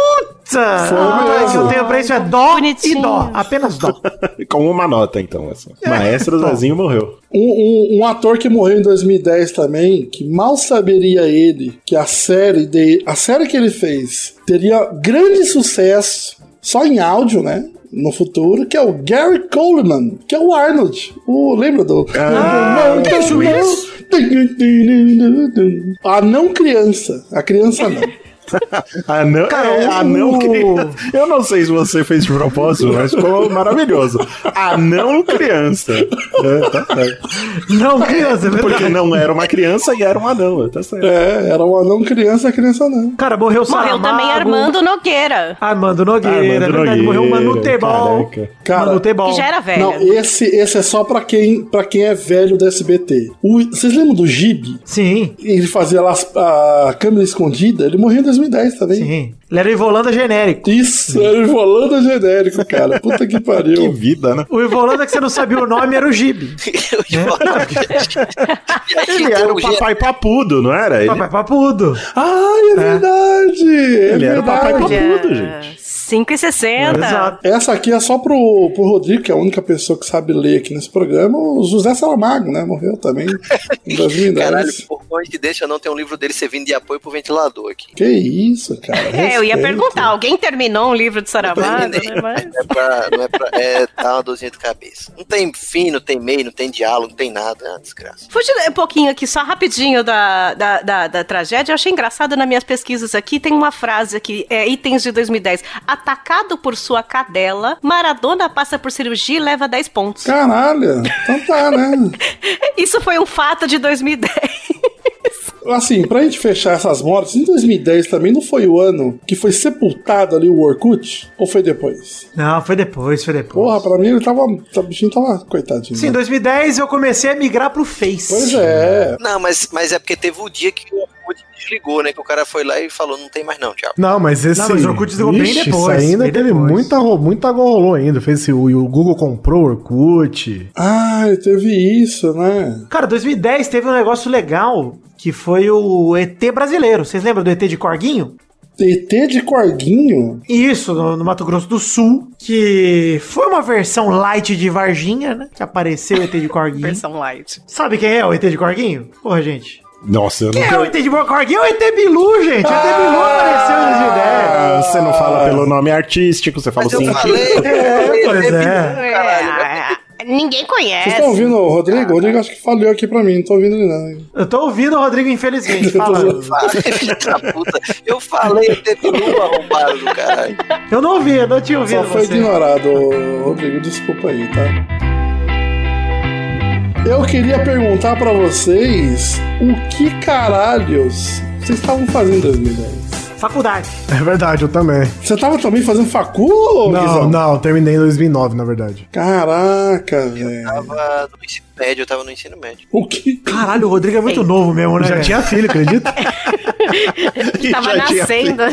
C: Foi
B: a nota
C: mesmo.
B: que eu tenho pra isso é dó
F: Bonitinho.
B: e dó. Apenas dó.
E: Com uma nota, então. Assim. Maestro Zezinho morreu.
C: Um, um- um ator que morreu em 2010 também, que mal saberia ele que a série de, a série que ele fez teria grande sucesso só em áudio, né? No futuro, que é o Gary Coleman, que é o Arnold. O, lembra do.
B: Ah,
E: é.
B: que juiz?
C: A não criança. A criança não.
E: Ah, não,
B: Cara,
E: é,
B: o-
E: ah, não criança. Eu não sei se você fez de propósito, mas ficou maravilhoso. Ah, não criança. É, tá certo.
B: Não, criança, é verdade.
E: Porque não era uma criança e era um anão, tá certo.
C: É, era uma não criança, a criança não.
B: Cara, morreu o
F: Morreu
B: Saramago.
F: também Armando Nogueira,
B: Armando Nogueira,
E: Armando
B: é verdade.
E: Nogueira,
B: Morreu o Manu Tebol.
E: caraca.
C: Cara,
B: Manu Tebol.
F: que já era velho.
C: Não, esse, esse é só pra quem, pra quem é velho do SBT. O- vocês lembram do Gibi?
B: Sim,
C: Ele fazia lá as- a câmera escondida? Ele morreu em 2010 também.
B: sim. Ele era o Ivolanda genérico.
C: Isso, era o volando genérico, cara. Puta que
E: Que
C: pariu.
E: vida, né?
B: O Ivolanda que você não sabia o nome era o Gibi.
G: E aí
E: Ele
G: tem
E: era
G: um
E: o
G: gênio
E: papai papudo, não era? Ele,
B: Papai Papudo.
C: Ah, é verdade! É
E: ele era o
C: verdade.
E: papai papudo,
F: Olha,
E: gente.
F: 5,60. tá.
B: Exato.
C: Essa aqui é só pro, pro Rodrigo, que é a única pessoa que sabe ler aqui nesse programa. O José Saramago, né? Morreu também em 2010.
G: Caralho, por longe que deixa não tem um livro dele servindo de apoio pro ventilador aqui.
C: Que isso, cara.
F: É, eu ia
C: Respeito.
F: perguntar, alguém terminou um livro de Saramago, né? Mas...
G: Não é pra. Não é pra é, tá uma dorzinha de cabeça. Não tem fim, não tem meio, não tem diálogo, não tem nada. É uma desgraça.
F: Fugindo um pouquinho aqui, só rapidinho da, da, da, da tragédia, eu achei engraçado nas minhas pesquisas aqui, tem uma frase aqui, é, itens de 2010. Atacado por sua cadela, Maradona passa por cirurgia e leva 10 pontos.
C: Caralho, então tá, né?
F: Isso foi um fato de 2010.
C: Assim, pra gente fechar essas mortes, em 2010 também não foi o ano que foi sepultado ali o Orkut? Ou foi depois?
B: Não, foi depois, foi depois.
C: Porra, pra mim ele tava. O bichinho tava coitadinho.
B: Sim, em
C: né?
B: 2010 eu comecei a migrar pro Face.
C: Pois é.
G: Não, mas, mas é porque teve o dia que o Orkut desligou, né? Que o cara foi lá e falou, não tem mais não, tchau.
H: Não, mas esse.
B: Não, mas o Orkut chegou bem
H: Isso
B: depois,
H: ainda
B: bem
H: teve
B: depois.
H: muita ro- muita gol rolou ainda. Fez esse, o, o Google comprou o Orkut.
C: Ah, teve isso, né?
B: Cara, 2010 teve um negócio legal que foi o ET brasileiro. Vocês lembram do ET de Corguinho?
C: ET de Corguinho?
B: Isso, no, no Mato Grosso do Sul, que foi uma versão light de Varginha, né? Que apareceu o ET de Corguinho.
F: Versão light.
B: Sabe quem é o ET de Corguinho? Porra, gente.
E: Nossa, eu
B: Quem é o
E: não.
B: ET de Corguinho? É o ET Bilu, gente. O ET Bilu apareceu em 2010.
E: Ah, você não fala pelo nome artístico, você fala
G: é? Mas eu
E: científico.
G: falei, eu falei,
B: pois
G: teve-
B: é.
G: Caralho,
F: É, Ninguém conhece.
C: Vocês estão ouvindo o Rodrigo? O Rodrigo acho que falhou aqui pra mim, não tô ouvindo ele não.
B: Eu tô ouvindo o Rodrigo, infelizmente. Fala.
G: Eu falei, teve um arrombado do caralho.
B: Eu não ouvi, eu não tinha ouvido.
C: Só foi
B: você.
C: ignorado, Rodrigo, desculpa aí, tá? Eu queria perguntar pra vocês o que caralhos vocês estavam fazendo em 2010?
B: Faculdade.
H: É verdade, eu também.
C: Você tava também fazendo facu, ô,
H: Não,
C: Guizão?
H: não, terminei em 2009, na verdade.
C: Caraca, velho.
G: Tava no ensino médio, eu tava no ensino médio.
C: O que?
B: Caralho, o Rodrigo é muito
F: Ei.
B: novo mesmo, né?
H: Já
B: velho?
H: tinha filho, acredita?
F: Tava
H: Já tinha
F: nascendo.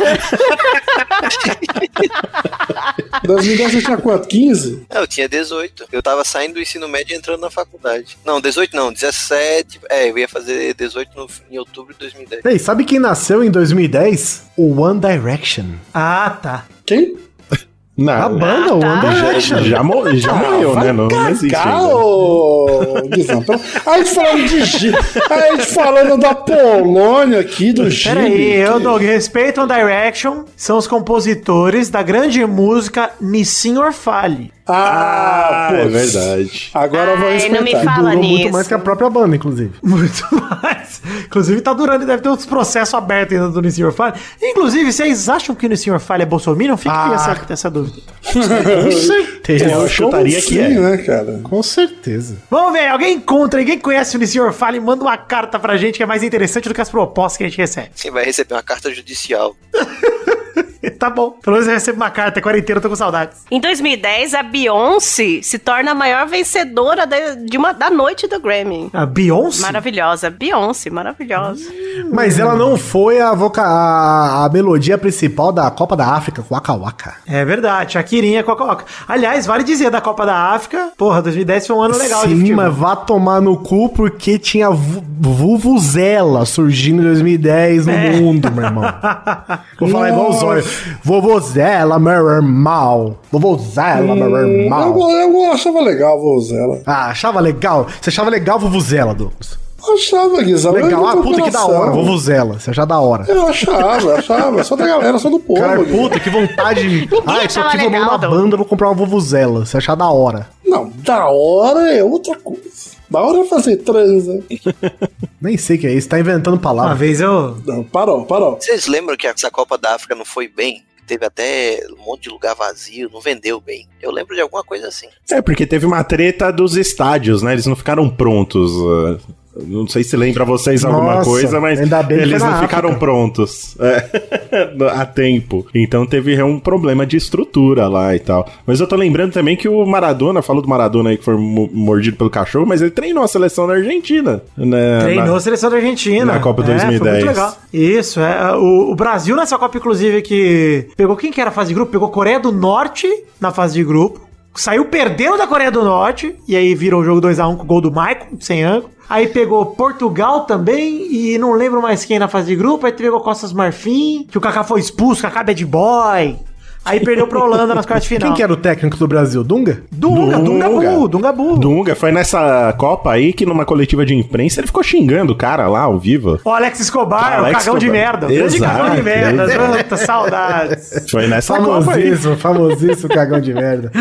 C: 2010 você tinha quanto? 15?
G: Não, É, eu tinha 18. Eu tava saindo do ensino médio e entrando na faculdade. Não, 18 não, 17. É, eu ia fazer 18 no, em outubro de 2010.
H: Ei, sabe quem nasceu em 2010? O One Direction.
B: Ah, tá.
C: Quem?
E: Não,
H: A
F: Ah,
H: banda, o
F: tá,
H: One
E: já,
H: Direction.
E: já, mo- já morreu, né? Não, não existe.
C: Cagar,
E: ainda.
H: né?
C: ô, Guizão. Pelo- A gente falando de Gil. A gente falando da Polônia aqui, do Gil.
B: Pera aí, eu dou respeito One Direction, são os compositores da grande música Me Senhor Fale.
C: Ah,
E: Ah,
C: pô.
E: é verdade.
C: Agora eu vou
F: Ai,
C: respeitar.
F: não me fala
H: Durou muito
F: nisso.
H: mais que a própria banda, inclusive.
B: Muito mais. Inclusive, tá durando e deve ter uns processos abertos ainda do No Senhor Fale. Inclusive, vocês acham que o No Senhor Fale é Bolsonaro? Fica
H: Ah.
B: com essa, com essa dúvida. É.
H: Com certeza.
E: Eu chutaria
C: Sim,
E: que é.
C: né, cara?
H: Com certeza.
B: Vamos ver, alguém encontra, alguém conhece o Senhor Fale, manda uma carta pra gente que é mais interessante do que as propostas que a gente recebe.
G: Você vai receber uma carta judicial.
B: Tá bom, pelo menos eu recebo uma carta, é quarentena, eu tô com saudades.
F: Em 2010, a Beyoncé se torna a maior vencedora da, de uma, da noite do Grammy.
B: A Beyoncé?
F: Maravilhosa, Beyoncé, maravilhosa.
H: Mas ela não foi a, voca- a, a melodia principal da Copa da África, Waka Waka.
B: É verdade, Shaquirinha Coca-Cola. Aliás, vale dizer, da Copa da África, porra, 2010 foi um
C: Tá
B: ano legal de
H: Sim,
B: futebol.
H: mas vá tomar no cu porque tinha vu- Vuvuzela surgindo em 2010 no
C: É.
H: mundo, meu irmão. Vou falar igual os olhos. Vuvuzela, meu irmão. Vuvuzela, meu
C: Hum, Eu,
H: irmão.
C: go- eu achava legal, vou usar ela.
H: Ah, achava legal. Você achava legal Vuvuzela, Douglas?
C: Eu achava, Guizão. eu
H: Legal.
C: ia
H: Ah,
C: no
H: puta que da
C: coração.
H: hora. Vovuzela. Você achava da hora.
C: Eu achava, achava. Só da galera, só do povo.
H: Cara,
C: Guizão.
H: puta, que vontade. Ah, isso
F: achava
H: aqui vou
F: legal,
H: na
F: Douglas.
H: banda, vou comprar uma Vuvuzela. Você achar da hora.
C: Não, da hora é outra coisa. Da hora é fazer transa.
H: Nem sei o que é isso, tá inventando
B: Uma
C: Ah,
H: palavra.
B: vez eu.
C: Não, parou, parou.
H: Um
G: Vocês lembram que essa Copa da África não foi bem? Teve até um monte de lugar vazio, não vendeu bem. Eu lembro de alguma coisa assim.
E: É, porque teve uma treta dos estádios, né? Eles não ficaram prontos. ah, Não sei se lembra vocês alguma
H: Nossa,
E: coisa, mas
H: ainda bem que
E: eles
H: foi na
E: não ficaram
H: África.
E: prontos é, a tempo. Então teve um problema de estrutura lá e tal. Mas eu tô lembrando também que o Maradona, falou do Maradona aí que foi mo- mordido pelo cachorro, mas ele treinou a seleção da Argentina. Né?
B: Treinou
E: Na-
B: a seleção da Argentina.
E: na Copa
B: É,
E: 2010.
B: foi muito legal. Isso, é. O, o Brasil nessa Copa, inclusive, que pegou quem que era a fase de grupo? Pegou Coreia do Norte na fase de grupo. Saiu perdendo da Coreia do Norte. E aí virou o jogo 2x1 com o gol do Maicon, sem ângulo. Aí pegou Portugal também, e não lembro mais quem na fase de grupo. Aí pegou Costas Marfim, que o Kaká foi expulso, o Kaká é de boy. Aí perdeu pra Holanda nas quartas de final.
H: Quem que era o técnico do Brasil? Dunga?
B: Dunga, Dunga, Dunga, Dunga, Bu.
E: Dunga, foi nessa Copa aí que numa coletiva de imprensa ele ficou xingando o cara lá ao vivo.
B: O Alex Escobar,
E: Alex
B: o cagão de
E: Escobar.
B: merda. o Grande
E: Exato,
B: cagão de merda.
E: exato.
B: Puta, saudades.
E: Foi
C: Tá
E: nessa Copa aí.
H: Famosíssimo, famosíssimo cagão de merda.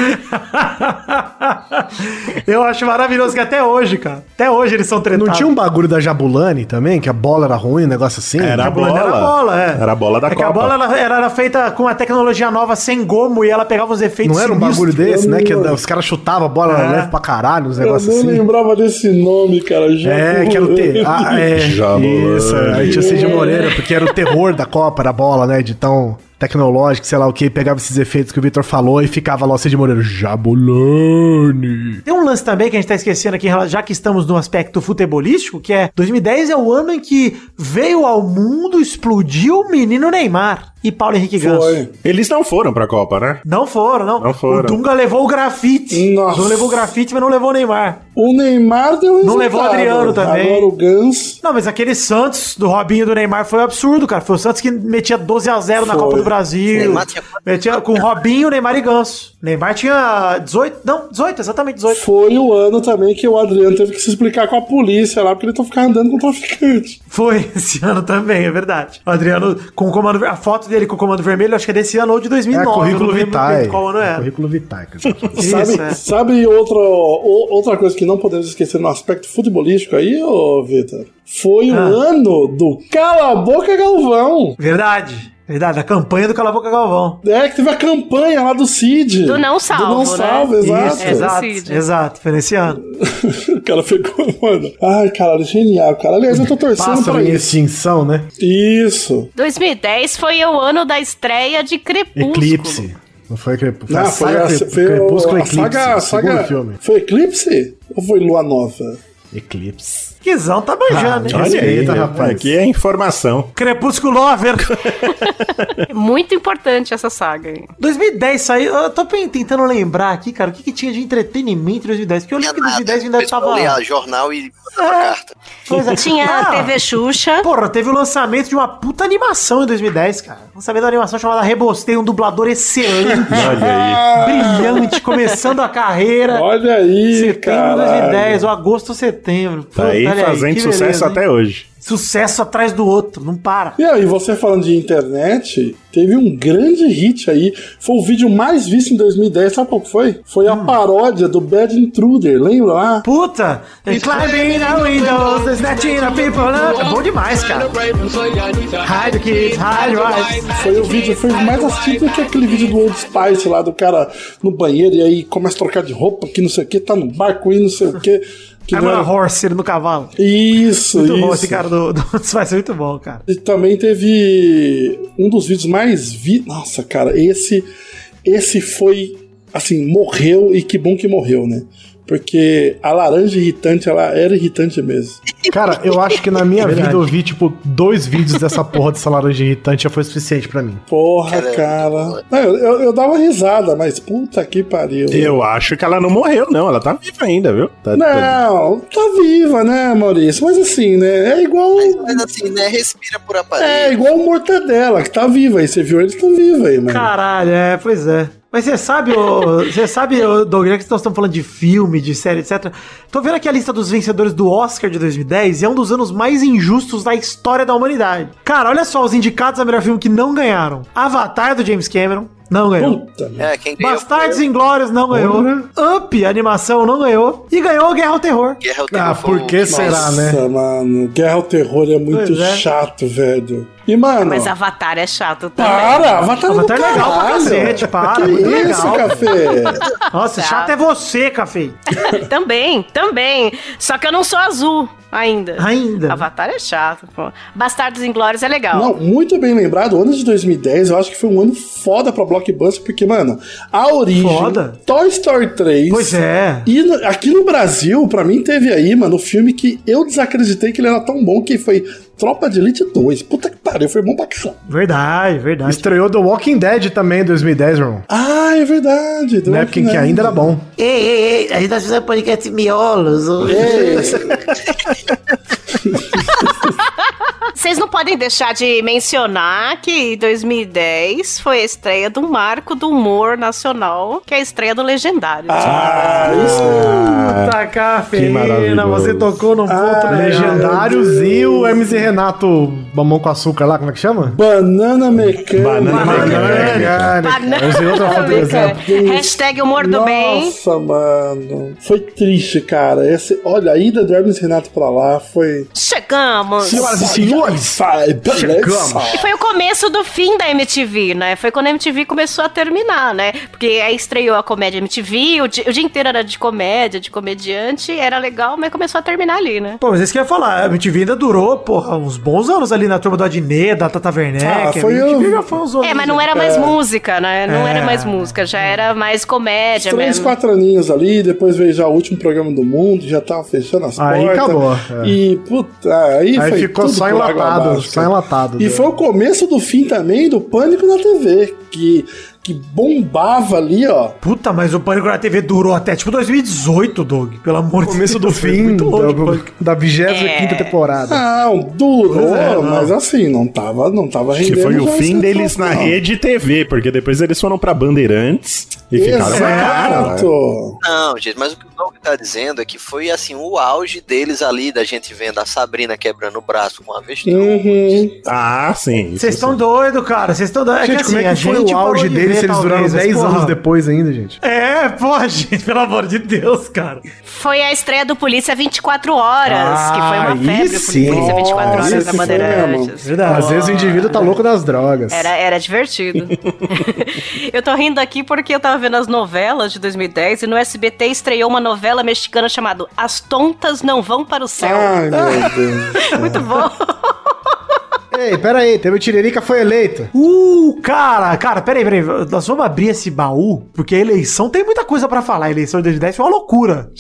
B: Eu acho maravilhoso que até hoje, cara. Até hoje eles são tretados.
H: Não tinha um bagulho da Jabulani também, que a bola era ruim, um negócio assim?
E: Era a
B: bola,
E: bola.
B: Era a bola, é.
E: Era a bola da
B: é que
E: Copa.
B: a bola ela- ela era feita com uma tecnologia nova sem gomo e ela pegava os efeitos
H: Não era um
B: sinistros.
H: bagulho desse, né? Que
C: lembro.
H: os caras chutavam a bola
B: É.
H: era leve pra caralho, uns
C: Eu
H: negócios
C: não
H: assim.
C: lembrava desse nome, cara. Já
H: É, que era o ter... ah, é,
E: Jabulani.
H: Isso, aí tinha o Cid Moreira, porque era o terror da Copa, da bola, né? De tão tecnológico, sei lá o que, pegava esses efeitos que o Vitor falou e ficava lá o Cid Moreira, Jabulani.
B: Tem um lance também que a gente tá esquecendo aqui, já que estamos no aspecto futebolístico, que é 2010 é o ano em que veio ao mundo, explodiu o menino Neymar e Paulo Henrique Ganso.
C: Foi.
E: Eles não foram pra Copa, né?
B: Não foram, não.
E: Não foram.
B: O Dunga levou o grafite.
C: Nossa.
B: O Dunga levou o grafite, mas não levou o Neymar.
C: O Neymar deu resultado.
B: levou o Adriano também.
C: Agora o Gans.
B: Não, mas aquele Santos do Robinho e do Neymar foi um absurdo, cara. Foi o Santos que metia 12 a 0 na
C: Foi.
B: Copa do Brasil.
G: Neymar tinha-
B: Metia com Robinho, Neymar e Ganso. Neymar tinha 18, não, 18, exatamente 18.
C: Foi o ano também que o Adriano teve que se explicar com a polícia lá, porque ele tô ficando andando com traficante.
B: Foi esse ano também, é verdade. O Adriano com o comando, ver- a foto dele com o comando vermelho, acho que é desse ano ou de 2009.
H: É, currículo
B: eu não lembro
H: vitae.
B: bem Qual ano é?
H: Currículo Vitae. que eu falo.
C: Sabe,
B: é.
C: sabe outra, o- outra coisa que não podemos esquecer no aspecto futebolístico aí, ô Vitor? Foi o
B: Ah.
C: ano do Cala a Boca Galvão.
B: Verdade, verdade, a campanha do Cala a Boca Galvão.
C: É, que teve a campanha lá do Cid.
F: Do não salvo,
C: Do não
F: né?
C: salvo, exato.
B: Isso, exato,
F: Cid.
B: exato, foi nesse ano.
C: O cara ficou, mano. Ai, caralho, genial, cara. Aliás, eu tô torcendo
B: tá
H: Pássaro
C: pra
H: em
C: isso.
H: extinção, né?
C: Isso.
F: 2010 foi o ano da estreia de Crepúsculo.
H: Eclipse. Não foi Crepúsculo. Foi
C: Não,
H: a
C: Ah, foi
H: saga
C: a,
H: Crep-
C: foi
H: Crepúsculo
C: a, a
H: Eclipse.
C: saga, a
H: o segundo
C: saga
H: filme.
C: Foi Eclipse ou foi Lua Nova?
H: Eclipse.
B: Quizão tá manjando, hein?
E: Ah, Olha aí,
H: Respeita, rapaz.
E: aqui é informação.
B: Crepúsculo Lover.
F: Muito importante essa saga. hein?
B: 2010 saiu. Eu tô pen- tentando lembrar aqui, cara, o que, que tinha de entretenimento em 2010? Porque eu lembro que em 2010 ainda tava.
G: Ler jornal e
B: Pois é.
F: Tinha
B: Ah,
F: a TV Xuxa.
B: Porra, teve o lançamento de uma puta animação em 2010, cara. Lançamento da animação chamada Rebostei, um dublador excelente,
C: Ah,
E: Olha aí.
B: brilhante, começando a carreira.
C: Olha aí,
B: Setembro de
C: cara.
B: 2010, ou agosto ou setembro.
E: Tá aí
B: Puta, olha
E: fazendo
B: que
E: sucesso
B: beleza, hein?
E: até hoje.
B: Sucesso atrás do outro, não para.
C: E aí, você falando de internet, teve um grande hit aí. Foi o vídeo mais visto em 2010, sabe qual que foi? Foi
B: Hum.
C: a paródia do Bad Intruder, lembra lá?
B: Puta! Climbing the windows, snatching the people up. É bom demais, cara. Hide the kids, hide your eyes.
C: Foi o vídeo, foi o mais assistido que aquele vídeo do Old Spice lá, do cara no banheiro e aí começa a trocar de roupa, que não sei o que, tá no barco e não sei o que. que
B: I'm a
C: não-
B: É horse, ele no cavalo.
C: Isso,
B: Ah, Muito
C: isso.
B: bom esse cara do, do vai ser muito bom, cara.
C: E também teve um dos vídeos mais vi. Nossa, cara, esse esse foi assim, morreu e que bom que morreu, né? Porque a laranja irritante, ela era irritante mesmo.
H: Cara, eu acho que na minha vida eu vi, tipo, dois vídeos dessa porra dessa laranja irritante já foi suficiente pra mim.
C: Porra,
G: Caramba,
C: cara. Não, eu, eu, eu dava risada, mas puta que pariu.
E: Eu acho que ela não morreu, não. Ela tá viva ainda, viu? Tá, tá-
C: Não, tá viva, né, Maurício? Mas assim, né? É igual.
G: Mas assim, né? Respira por
C: É
G: aparelho.
C: igual o Mortadela, que tá viva aí. Você viu eles estão vivos aí, mano.
B: Caralho, é, pois é. Mas você sabe, ô- você sabe, ô, Doug, já que nós estamos falando de filme, de série, etc. Tô vendo aqui a lista dos vencedores do Oscar de 2010 e é um dos anos mais injustos da história da humanidade. Cara, olha só os indicados a melhor filme que não ganharam. Avatar do James Cameron, não ganhou.
C: Puta, merda.
G: É, quem ganhou
B: Bastardos Inglórios não ganhou. Up, animação, não ganhou. E ganhou Guerra ao Terror.
G: foi Guerra ao Terror.
H: Ah,
G: foi
H: por
G: o-
H: que será, né?
C: Nossa, mano, Guerra ao Terror é muito
B: Pois é.
C: chato, velho. E, mano.
F: Mas Avatar é chato também.
C: Para, Avatar,
B: Avatar
C: é
B: é legal pra cacete, para,
C: Que
B: muito
C: isso,
B: legal.
C: café?
B: Nossa,
F: Tá.
B: chato é você, Cafei.
F: também, também. Só que eu não sou azul ainda.
B: Ainda.
F: Avatar é chato, pô. Bastardos Inglórios é legal.
C: Não, muito bem lembrado, o ano de 2010 eu acho que foi um ano foda pra blockbuster, porque, mano, a origem,
B: Foda.
C: Toy Story 3...
B: Pois é.
C: E no- aqui no Brasil, pra mim, teve aí, mano, o filme que eu desacreditei que ele era tão bom, que foi Tropa de Elite 2. Puta que pariu, foi bom pra caralho.
B: Verdade, verdade.
H: Estreou The Walking Dead também em 2010, meu irmão.
C: Ah, é verdade. né?
H: Na época em Né, que ainda era bom.
A: Ei, ei, ei, a gente tá fazendo podcast miolos.
C: É,
F: Vocês não podem deixar de mencionar que 2010 foi a estreia do marco do humor nacional, que é a estreia do Legendário.
C: Ah, isso tá
B: Puta
E: Ah, que
B: cafeína,
E: maravilhoso.
B: você tocou num ponto
H: É, Ah,
B: legendário.
H: Legendários e o MC Renato Mamão com Açúcar lá, como é que chama?
C: Banana mecânica.
E: Banana mecânica.
H: Eu usei outra foto de
F: Banana.
H: exemplo.
F: Hashtag humor do bem.
C: Nossa, mano. Foi triste, cara. Esse, olha, a ida do Hermes Renato pra lá foi.
F: Chegamos!
H: Senhoras e senhores,
C: Sai, beleza.
H: chegamos.
F: E foi o começo do fim da MTV, né? Foi quando a MTV começou a terminar, né? Porque aí estreou a comédia MTV, o di- o dia, inteiro era de comédia, de comediante, era legal, mas começou a terminar ali, né?
B: Pô, mas isso que eu ia falar, a MTV ainda durou, porra, uns bons anos ali na turma do Adnet, da Tata Werneck.
C: Ah, foi
B: a MTV
C: eu-
B: já foi uns anos.
F: É, mas não era mais música, né? Não era
H: É.
F: mais música, já era mais comédia
C: Três,
F: mesmo.
C: quatro aninhos ali, depois veio já o último programa do mundo, já tava fechando as
H: Aí
C: portas.
H: acabou, é.
C: E, puta, aí,
H: Aí
C: foi
H: ficou
C: tudo
H: só
C: por água
H: enlatado, né?
C: abaixo,
H: só
C: cara.
H: enlatado.
C: E foi o começo do fim também do Pânico na TV, que que bombava ali, ó.
B: Puta, mas o Pânico na TV durou até tipo 2018, Doug. Pelo amor de
H: Começo do
B: Deus, foi
H: fim
B: muito longe, pô.
H: da, da 25
F: É.
H: temporada.
C: Não, durou,
B: Pois é, não.
C: mas assim, não tava, não tava rendendo.
E: Que foi o
C: já
E: fim
C: esse então.
E: deles na
C: troco, não.
E: rede TV, porque depois eles foram pra Bandeirantes e ficaram na cara. né?
C: Exato.
G: Não, gente, mas o que o Doug tá dizendo é que foi assim o auge deles ali, da gente vendo a Sabrina quebrando o braço com uma vez.
E: né?
G: né?
C: Uhum.
E: Ah, sim. isso
B: Vocês estão
E: sim.
B: doidos, cara. Vocês estão doidos. É
H: Gente,
B: que,
H: como é que
B: assim, a
H: foi
B: gente
H: o auge
B: parou de ver,
H: deles se eles duraram
B: talvez, mas,
H: 10 anos
B: porra.
H: depois ainda, gente?
B: É, pô, gente, pelo amor de Deus, cara.
F: Foi a estreia do Polícia 24 Horas, que foi uma
H: Ah, aí
F: febre.
H: sim.
F: Polícia 24
C: Nossa,
F: Horas
C: esse
F: da
C: foi mesmo.
F: Bandeirantes.
B: Verdade.
H: Às vezes o indivíduo tá louco das drogas.
F: Era, era divertido. eu tô rindo aqui porque eu tava vendo as novelas de 2010 e no SBT estreou uma novela mexicana chamada As Tontas Não Vão Para o
H: Ah.
F: Céu.
C: Ai, meu Deus.
F: Muito bom.
H: Ei, pera aí, teve o Tiririca foi eleito.
B: Uh, cara, cara, peraí, peraí. Nós vamos abrir esse baú, porque a eleição tem muita coisa pra falar. A eleição de 2010 foi uma loucura.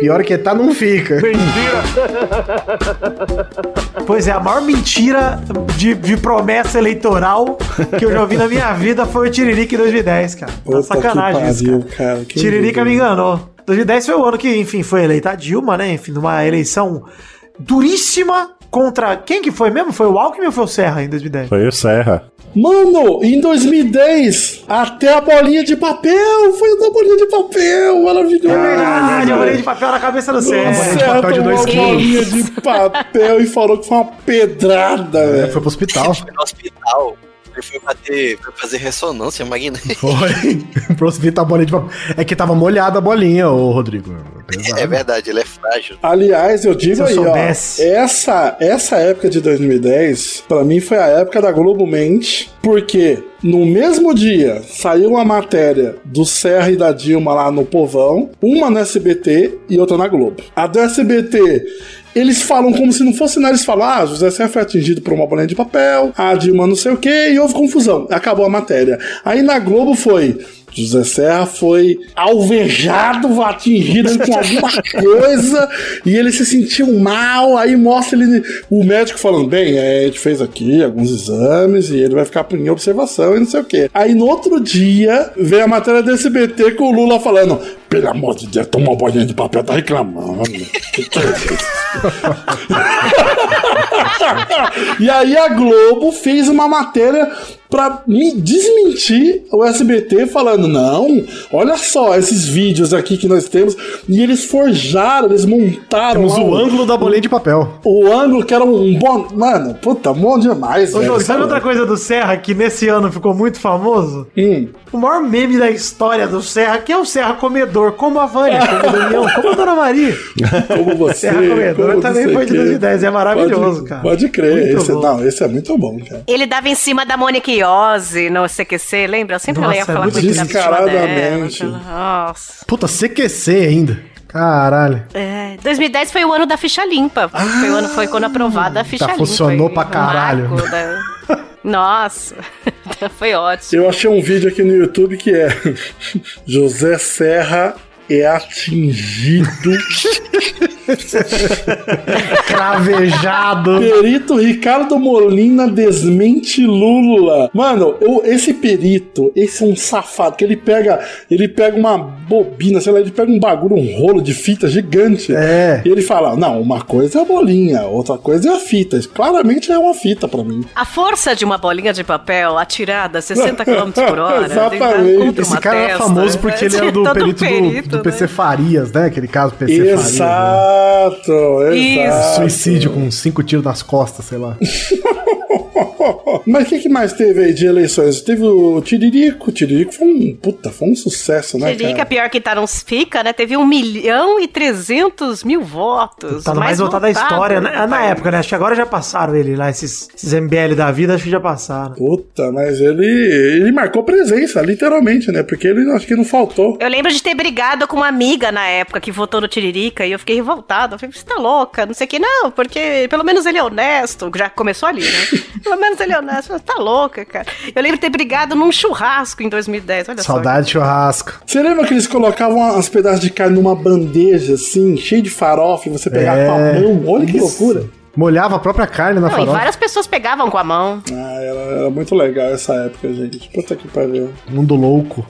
H: Pior que tá, não fica.
B: Pois é, a maior mentira de, de promessa eleitoral que eu já ouvi na minha vida foi o Tiririca em 2010, cara. Tá
C: Puta
B: sacanagem
C: que
B: isso,
C: pariu,
B: cara.
C: cara, que
B: Tiririca
C: doido.
B: me enganou. 2010 foi o ano que, enfim, foi eleita a Dilma, né? Enfim, numa eleição duríssima contra... Quem que foi mesmo? Foi o Alckmin ou foi o Serra em 2010?
E: Foi o Serra.
C: Mano, em 2010, até a bolinha de papel, foi da bolinha de papel, maravilhoso.
B: Ah, eu olhei de papel na cabeça do
H: bolinha
B: Serra.
H: de papel de dois
C: Acertou uma bolinha de papel e falou que foi uma pedrada,
H: É,
C: velho.
H: foi pro hospital.
G: Foi no hospital. Ele foi bater, foi fazer ressonância é magnética.
H: Foi. pro hospital a bolinha de papel. É que tava molhada a bolinha, ô Rodrigo. Pesado.
G: É verdade, ele é frágil.
C: Aliás, eu digo
B: Se eu
C: aí, ó,
B: soubesse.
C: essa, essa época de 2010, pra mim foi a época da Globo Mente, porque no mesmo dia saiu uma matéria do Serra e da Dilma lá no Povão, uma no SBT e outra na Globo. A do SBT, eles falam como se não fosse nada, eles falam, ah, José Serra foi atingido por uma bolinha de papel, a Dilma não sei o que, e houve confusão. Acabou a matéria. Aí na Globo foi... José Serra foi alvejado, atingido com alguma coisa, e ele se sentiu mal. Aí mostra ele, o médico falando: bem, é, a gente fez aqui alguns exames e ele vai ficar em observação e não sei o quê. Aí no outro dia vem a matéria do SBT com o Lula falando: pelo amor de Deus, toma uma bolinha de papel, tá reclamando. Que que é isso? E aí a Globo fez uma matéria pra me desmentir o SBT falando, não, olha só esses vídeos aqui que nós temos. E eles forjaram, eles montaram
H: Temos
C: lá
H: o
C: um-
H: ângulo da bolinha de papel.
C: o ângulo que era um bom... Mano, puta, bom demais,
B: Ô, Doug,
C: velho.
B: sabe outra coisa do Serra que nesse ano ficou muito famoso?
C: Hum.
B: O maior meme da história do Serra, que é o Serra comedor, como a Vânia, como o Damião, como a Dona Maria.
C: Como você...
B: Serra comedor tá
C: como
B: também
C: não sei
B: foi de
C: quê.
B: 2010, é maravilhoso,
C: Pode-
B: cara.
C: Pode crer,
B: Muito
C: esse,
B: bom.
C: não, esse é muito bom, cara.
F: Ele dava em cima da Mônica Iose no CQC, lembra? Eu sempre
B: Nossa,
H: é
F: ia falar
B: muito
F: que ele dava em cima
C: descaradamente.
F: dela. Nossa.
H: Puta, CQC ainda. Caralho.
F: É, 2010 foi o ano da ficha limpa. foi o ano foi quando aprovada a ficha
H: tá,
F: limpa.
H: funcionou
F: e
H: pra
F: o
H: caralho.
F: marco da- Nossa, foi ótimo.
C: Eu achei um vídeo aqui no YouTube que é José Serra é atingido.
H: Cravejado.
C: Perito Ricardo Molina desmente Lula. Mano, eu- esse perito, esse é um safado, que ele pega, ele pega uma bobina, sei lá, ele pega um bagulho, um rolo de fita gigante.
H: É.
C: E ele fala: "Não, uma coisa é a bolinha, outra coisa é a fita. Isso Claramente é uma fita pra mim."
F: A força de uma bolinha de papel atirada a 60 km por hora.
C: Exatamente.
F: deitada contra
H: Esse
F: uma
H: cara era
F: testa,
H: famoso porque ele era do
F: né? todo um
H: perito, do, do
F: né?
H: PC Farias, né? Aquele caso PC Farias. né?
C: Exato, exato.
H: Suicídio com cinco tiros nas costas, sei lá.
C: Mas o que, que mais teve aí de eleições? Teve o Tiririco. O Tiririco foi um puta, foi um sucesso, né?
F: Tiririca,
C: cara?
F: pior que tá, não fica, né? Teve 1 milhão e 300 mil votos.
B: Tá no mais votado da história, né? na
F: país.
B: época, né? Acho que agora já passaram ele lá, esses, esses MBL da vida, acho que já passaram.
C: Puta, mas ele, ele marcou presença, literalmente, né? Porque ele acho que não faltou.
F: Eu lembro de ter brigado com uma amiga na época que votou no Tiririca e eu fiquei revoltada. Eu falei, você tá louca? Não sei o que. Não, porque pelo menos ele é honesto. Já começou ali, né? pelo menos ele é honesto. Você tá louca, cara. Eu lembro de ter brigado num churrasco em 2010. Olha
H: Saudade de churrasco.
C: Você lembra que eles colocavam as pedaços de carne numa bandeja, assim, cheio de farofa, e você pegava
H: É.
C: com a mão? Olha que
H: Isso.
C: loucura.
H: Molhava a própria carne na
F: Não, e
H: farofa.
F: várias pessoas pegavam com a mão.
C: Ah, era, era muito legal essa época, gente. Puta que pariu.
H: Mundo louco.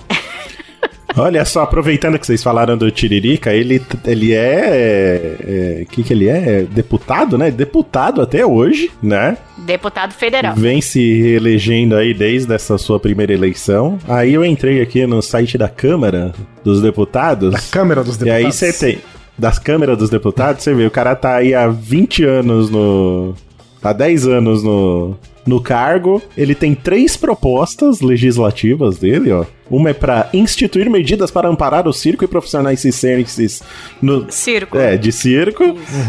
E: Olha só, aproveitando que vocês falaram do Tiririca, ele, ele é. O que, que ele é? Deputado, né? Deputado até hoje, né?
F: Deputado federal.
E: Vem se reelegendo aí desde essa sua primeira eleição. Aí eu entrei aqui no site da Câmara dos Deputados. Da
H: Câmara dos
E: E aí você tem. Das câmeras dos deputados, você vê, o cara tá aí há 20 anos no. há 10 anos no. No cargo, ele tem três propostas legislativas dele, ó. Uma é pra instituir medidas para amparar o circo e profissionais cicernes no
F: circo.
E: É, de circo.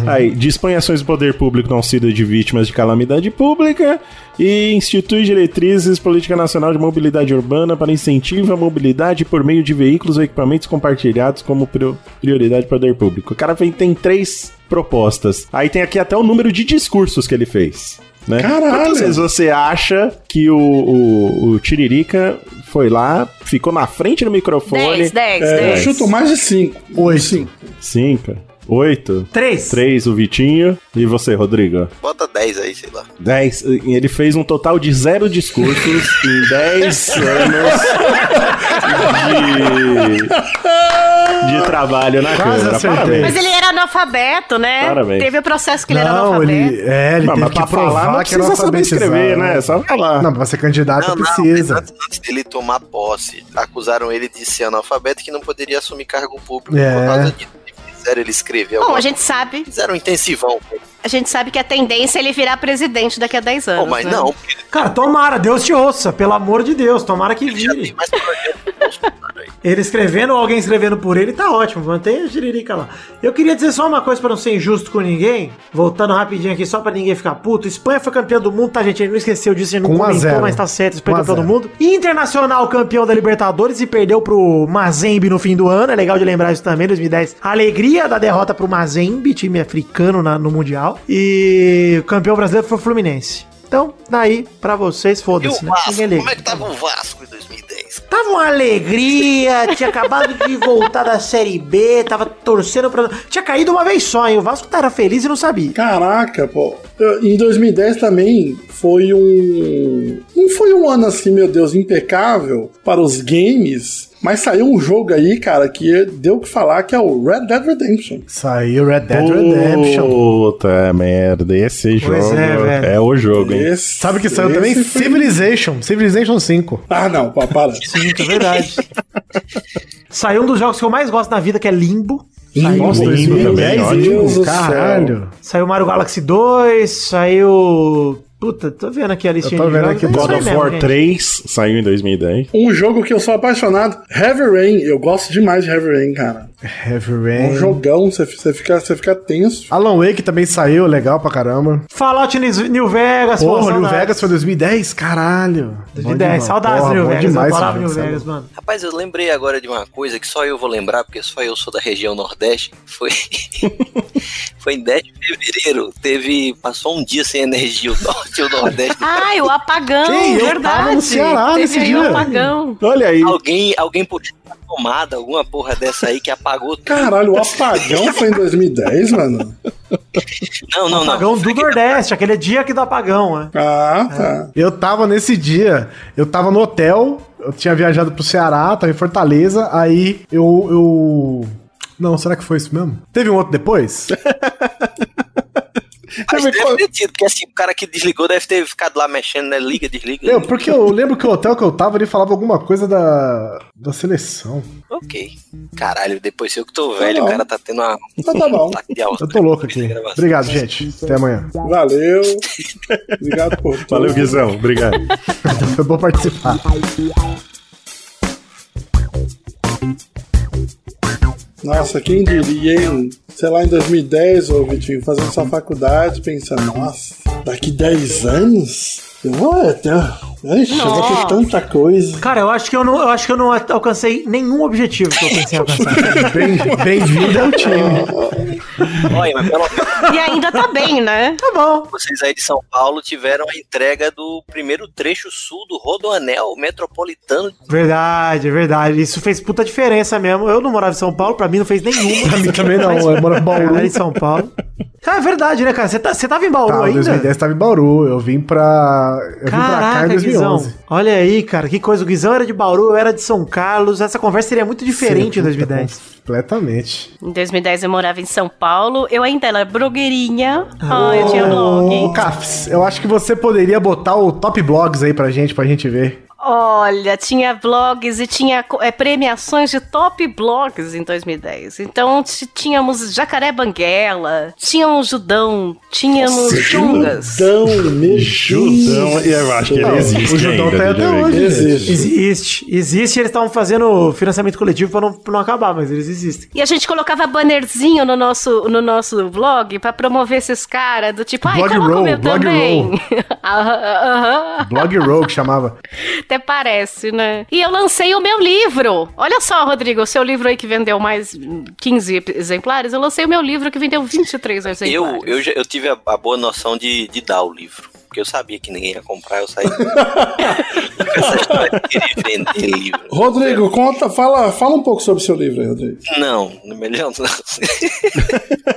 E: Aí, dispõe ações do poder público no auxílio de vítimas de calamidade pública e institui diretrizes política nacional de mobilidade urbana para incentivo à mobilidade por meio de veículos ou equipamentos compartilhados como prio- prioridade para o poder público. O cara vem- tem três propostas. Aí tem aqui até o número de discursos que ele fez. Né?
C: Caralho!
E: Quantas vezes você acha que o, o, o Tiririca foi lá, ficou na frente do microfone?
F: Dez, dez,
E: É,
F: dez.
E: eu chuto
C: mais de 5.
E: 8. 5. 8.
B: 3.
E: 3, o Vitinho. E você, Rodrigo?
G: Bota 10 aí, sei lá.
E: 10. Ele fez um total de zero discursos em 10 anos de, de trabalho na
H: Quase
E: Câmara.
H: acertei.
E: Parabéns.
F: Mas ele era analfabeto, né?
E: Parabéns.
F: Teve o processo que ele era
H: Não,
F: analfabeto.
H: ele, é, ele
E: Não,
H: teve
E: mas
H: que
E: pra falar,
H: provar
E: não
H: que era
E: precisa saber
H: alfabetizado,
E: escrever, né? Só falar.
H: Não, pra ser candidato
G: Não, não,
H: precisa.
G: mas antes dele tomar posse, acusaram ele de ser analfabeto que não poderia assumir cargo público
H: É.
G: por causa disso. Fizeram ele escrever
F: Bom,
G: alguma
F: a gente sabe.
G: Fizeram um intensivão.
F: A gente sabe que a tendência é ele virar presidente daqui a 10 anos.
G: Pô, mas
F: né?
G: não,
B: Cara, tomara, Deus te ouça, pelo amor de Deus, tomara que vire. Ele escrevendo ou alguém escrevendo por ele, tá ótimo, mantenha a jiririca lá. Eu queria dizer só uma coisa pra não ser injusto com ninguém, voltando rapidinho aqui só pra ninguém ficar puto. Espanha foi campeã do mundo, tá, gente? A gente não esqueceu disso, a gente não
H: Com um a
B: comentou,
H: zero.
B: mas tá certo, Espanha
H: Com a
B: campeã do
H: zero.
B: mundo. Internacional campeão da Libertadores e perdeu pro Mazembe no fim do ano, é legal de lembrar isso também, 2010. Alegria da derrota pro Mazembe, time africano na- no Mundial. E o campeão brasileiro foi o Fluminense. Então, daí, pra vocês,
G: E o
B: foda-se, né?
G: Vasco?
B: Ninguém liga.
G: Como é que tava o Vasco em 2010?
B: Tava uma alegria, tinha acabado de voltar da Série B, tava torcendo pra. Tinha caído uma vez só, hein? O Vasco tava feliz e não sabia.
C: Caraca, pô. Eu- Em 2010 também foi um. Não foi um ano assim, meu Deus, impecável para os games. Mas saiu um jogo aí, cara, que deu o que falar, que é o Red Dead Redemption.
H: Saiu Red Dead Redemption.
E: Puta merda, esse
H: Pois
E: jogo
H: é,
E: é,
H: velho.
E: o jogo, hein?
C: Esse-
H: Sabe que saiu
C: esse
H: também
C: foi-
H: Civilization. Civilization 5.
C: Ah, não, pá, para.
B: Sim, é verdade. Saiu um dos jogos que eu mais gosto na vida, que é Limbo. Saiu,
E: Nossa,
H: Nossa,
E: lindo também, ótimo.
C: Deus do
H: Caralho.
B: saiu Mario Galaxy 2, saiu. Puta, tô vendo aqui a listinha
H: Eu tô vendo aqui
B: é isso
E: God
B: aí
E: of
B: mesmo,
E: War
B: gente.
E: 3 saiu em 2010.
C: Um jogo que eu sou apaixonado, Heavy Rain. Eu gosto demais de Heavy Rain, cara. É
H: Heavy
C: um
H: Rain.
C: jogão, você você fica, você fica tenso.
H: Alan Wake também saiu, legal pra caramba.
B: Fallout New Vegas, pô,
H: Porra, New
B: saudades.
H: Vegas foi 2010? Caralho. Bom
B: 2010,
H: demais.
B: saudades
H: Porra,
B: do New
H: bom
B: Vegas, eu
H: demais esse
B: adorava
H: jogo,
B: New
H: sabe?
B: Vegas, mano.
G: Rapaz, eu lembrei agora de uma coisa que só eu vou lembrar, porque só eu sou da região Nordeste. Foi, foi em 10 de fevereiro. Teve. Passou um dia sem energia o Norte e o Nordeste.
F: Ai, Ah, é o apagão,
H: Quem? Eu
F: verdade.
H: tava no Ceará
F: Teve
H: nesse
F: aí
H: dia.
F: o apagão.
E: Olha aí.
G: Alguém, alguém puxou uma tomada, alguma porra dessa aí que apagou tudo.
C: Caralho, o apagão foi em 2010, mano.
G: Não, não, não.
B: Apagão do Nordeste, aquele dia aqui do apagão, né?
C: Ah, tá.
H: Eu tava nesse dia, eu tava no hotel, eu tinha viajado pro Ceará, tava em Fortaleza, aí eu. eu... Não, será que foi isso mesmo? Teve um outro depois?
G: Mas deve ter tido, porque assim, o cara que desligou deve ter ficado lá mexendo, né? Liga, desliga.
H: Meu, porque eu lembro que o hotel que eu tava, ele falava alguma coisa da, da seleção.
G: Ok. Caralho, depois eu que tô velho,
C: bom.
G: o cara tá tendo uma.
C: Então tá bom.
G: um ataque de alta.
H: Eu tô louco aqui. Obrigado, gente. Até amanhã.
C: Valeu. Obrigado por tudo.
E: Valeu, Guizão. Obrigado.
H: Foi bom participar.
C: Nossa, quem diria, hein? Sei lá, em 2010, ô Vitinho, fazendo essa faculdade, pensando, nossa, daqui 10 anos? Eu vou até. Ixi, vai ter tanta coisa.
B: Cara, eu acho que eu não, eu acho que eu não at- alcancei nenhum objetivo que eu pensei em alcançar.
H: Bem-vindo ao time.
G: Olha, mas pelo menos
F: E ainda tá bem, né?
B: Tá bom.
G: vocês aí de São Paulo tiveram a entrega do primeiro trecho sul do Rodoanel Metropolitano.
B: Verdade, verdade. Isso fez puta diferença mesmo. Eu não morava em São Paulo, pra mim não fez nenhuma.
H: Pra mim também não,
B: Mas-
H: eu moro em Bauru.
B: Caralho, em São Paulo. Ah, é verdade, né, cara? Você tá, você tava em Bauru
H: Tá, em
B: ainda?
H: 2010 tava em Bauru. Eu vim pra. Eu vim pra cá
B: Caraca,
H: em 2011.
B: Guizão. Olha aí, cara, que coisa. O Guizão era de Bauru, eu era de São Carlos. Essa conversa seria muito diferente em
H: Sim,
B: 2010.
H: puta, Completamente.
F: Em 2010 eu morava em São Paulo, eu ainda era blogueirinha. Ah, eu
H: Oh.
F: tinha blog.
H: Ô, Cafs, eu acho que você poderia botar o top blogs aí pra gente, pra gente ver.
F: Olha, tinha blogs e tinha co- eh, premiações de top blogs em 2010. Então t- tínhamos Jacaré Banguela, tínhamos Judão, tínhamos Jungas.
C: Judão, meu
E: Judão,
C: Deus.
E: e eu acho que
C: Não,
E: ele existe.
H: o Judão
E: ainda,
H: tá aí
E: do
H: até
E: jeito.
H: hoje.
C: Existe.
B: Existe, existe. Eles estavam fazendo financiamento coletivo pra não, pra não acabar, mas eles existem.
F: E a gente colocava bannerzinho no nosso, no nosso blog pra promover esses caras, do tipo, ai,
H: Blog
F: coloca
H: roll,
F: o meu
H: blog
F: também.
H: roll.
F: Aham, aham.
H: Blog Row que chamava.
F: Até parece, né? E eu lancei o meu livro. Olha só, Rodrigo, o seu livro aí que vendeu mais hum, 15 ep- exemplares, eu lancei o meu livro que vendeu 23 exemplares.
G: Eu, eu, já- eu tive a, a boa noção de, de dar o livro. Porque eu sabia que ninguém ia comprar, eu saí. Com essa história de querer vender livro.
C: Rodrigo, conta, fala, fala um pouco sobre o seu livro aí, Rodrigo.
G: Não, melhor não.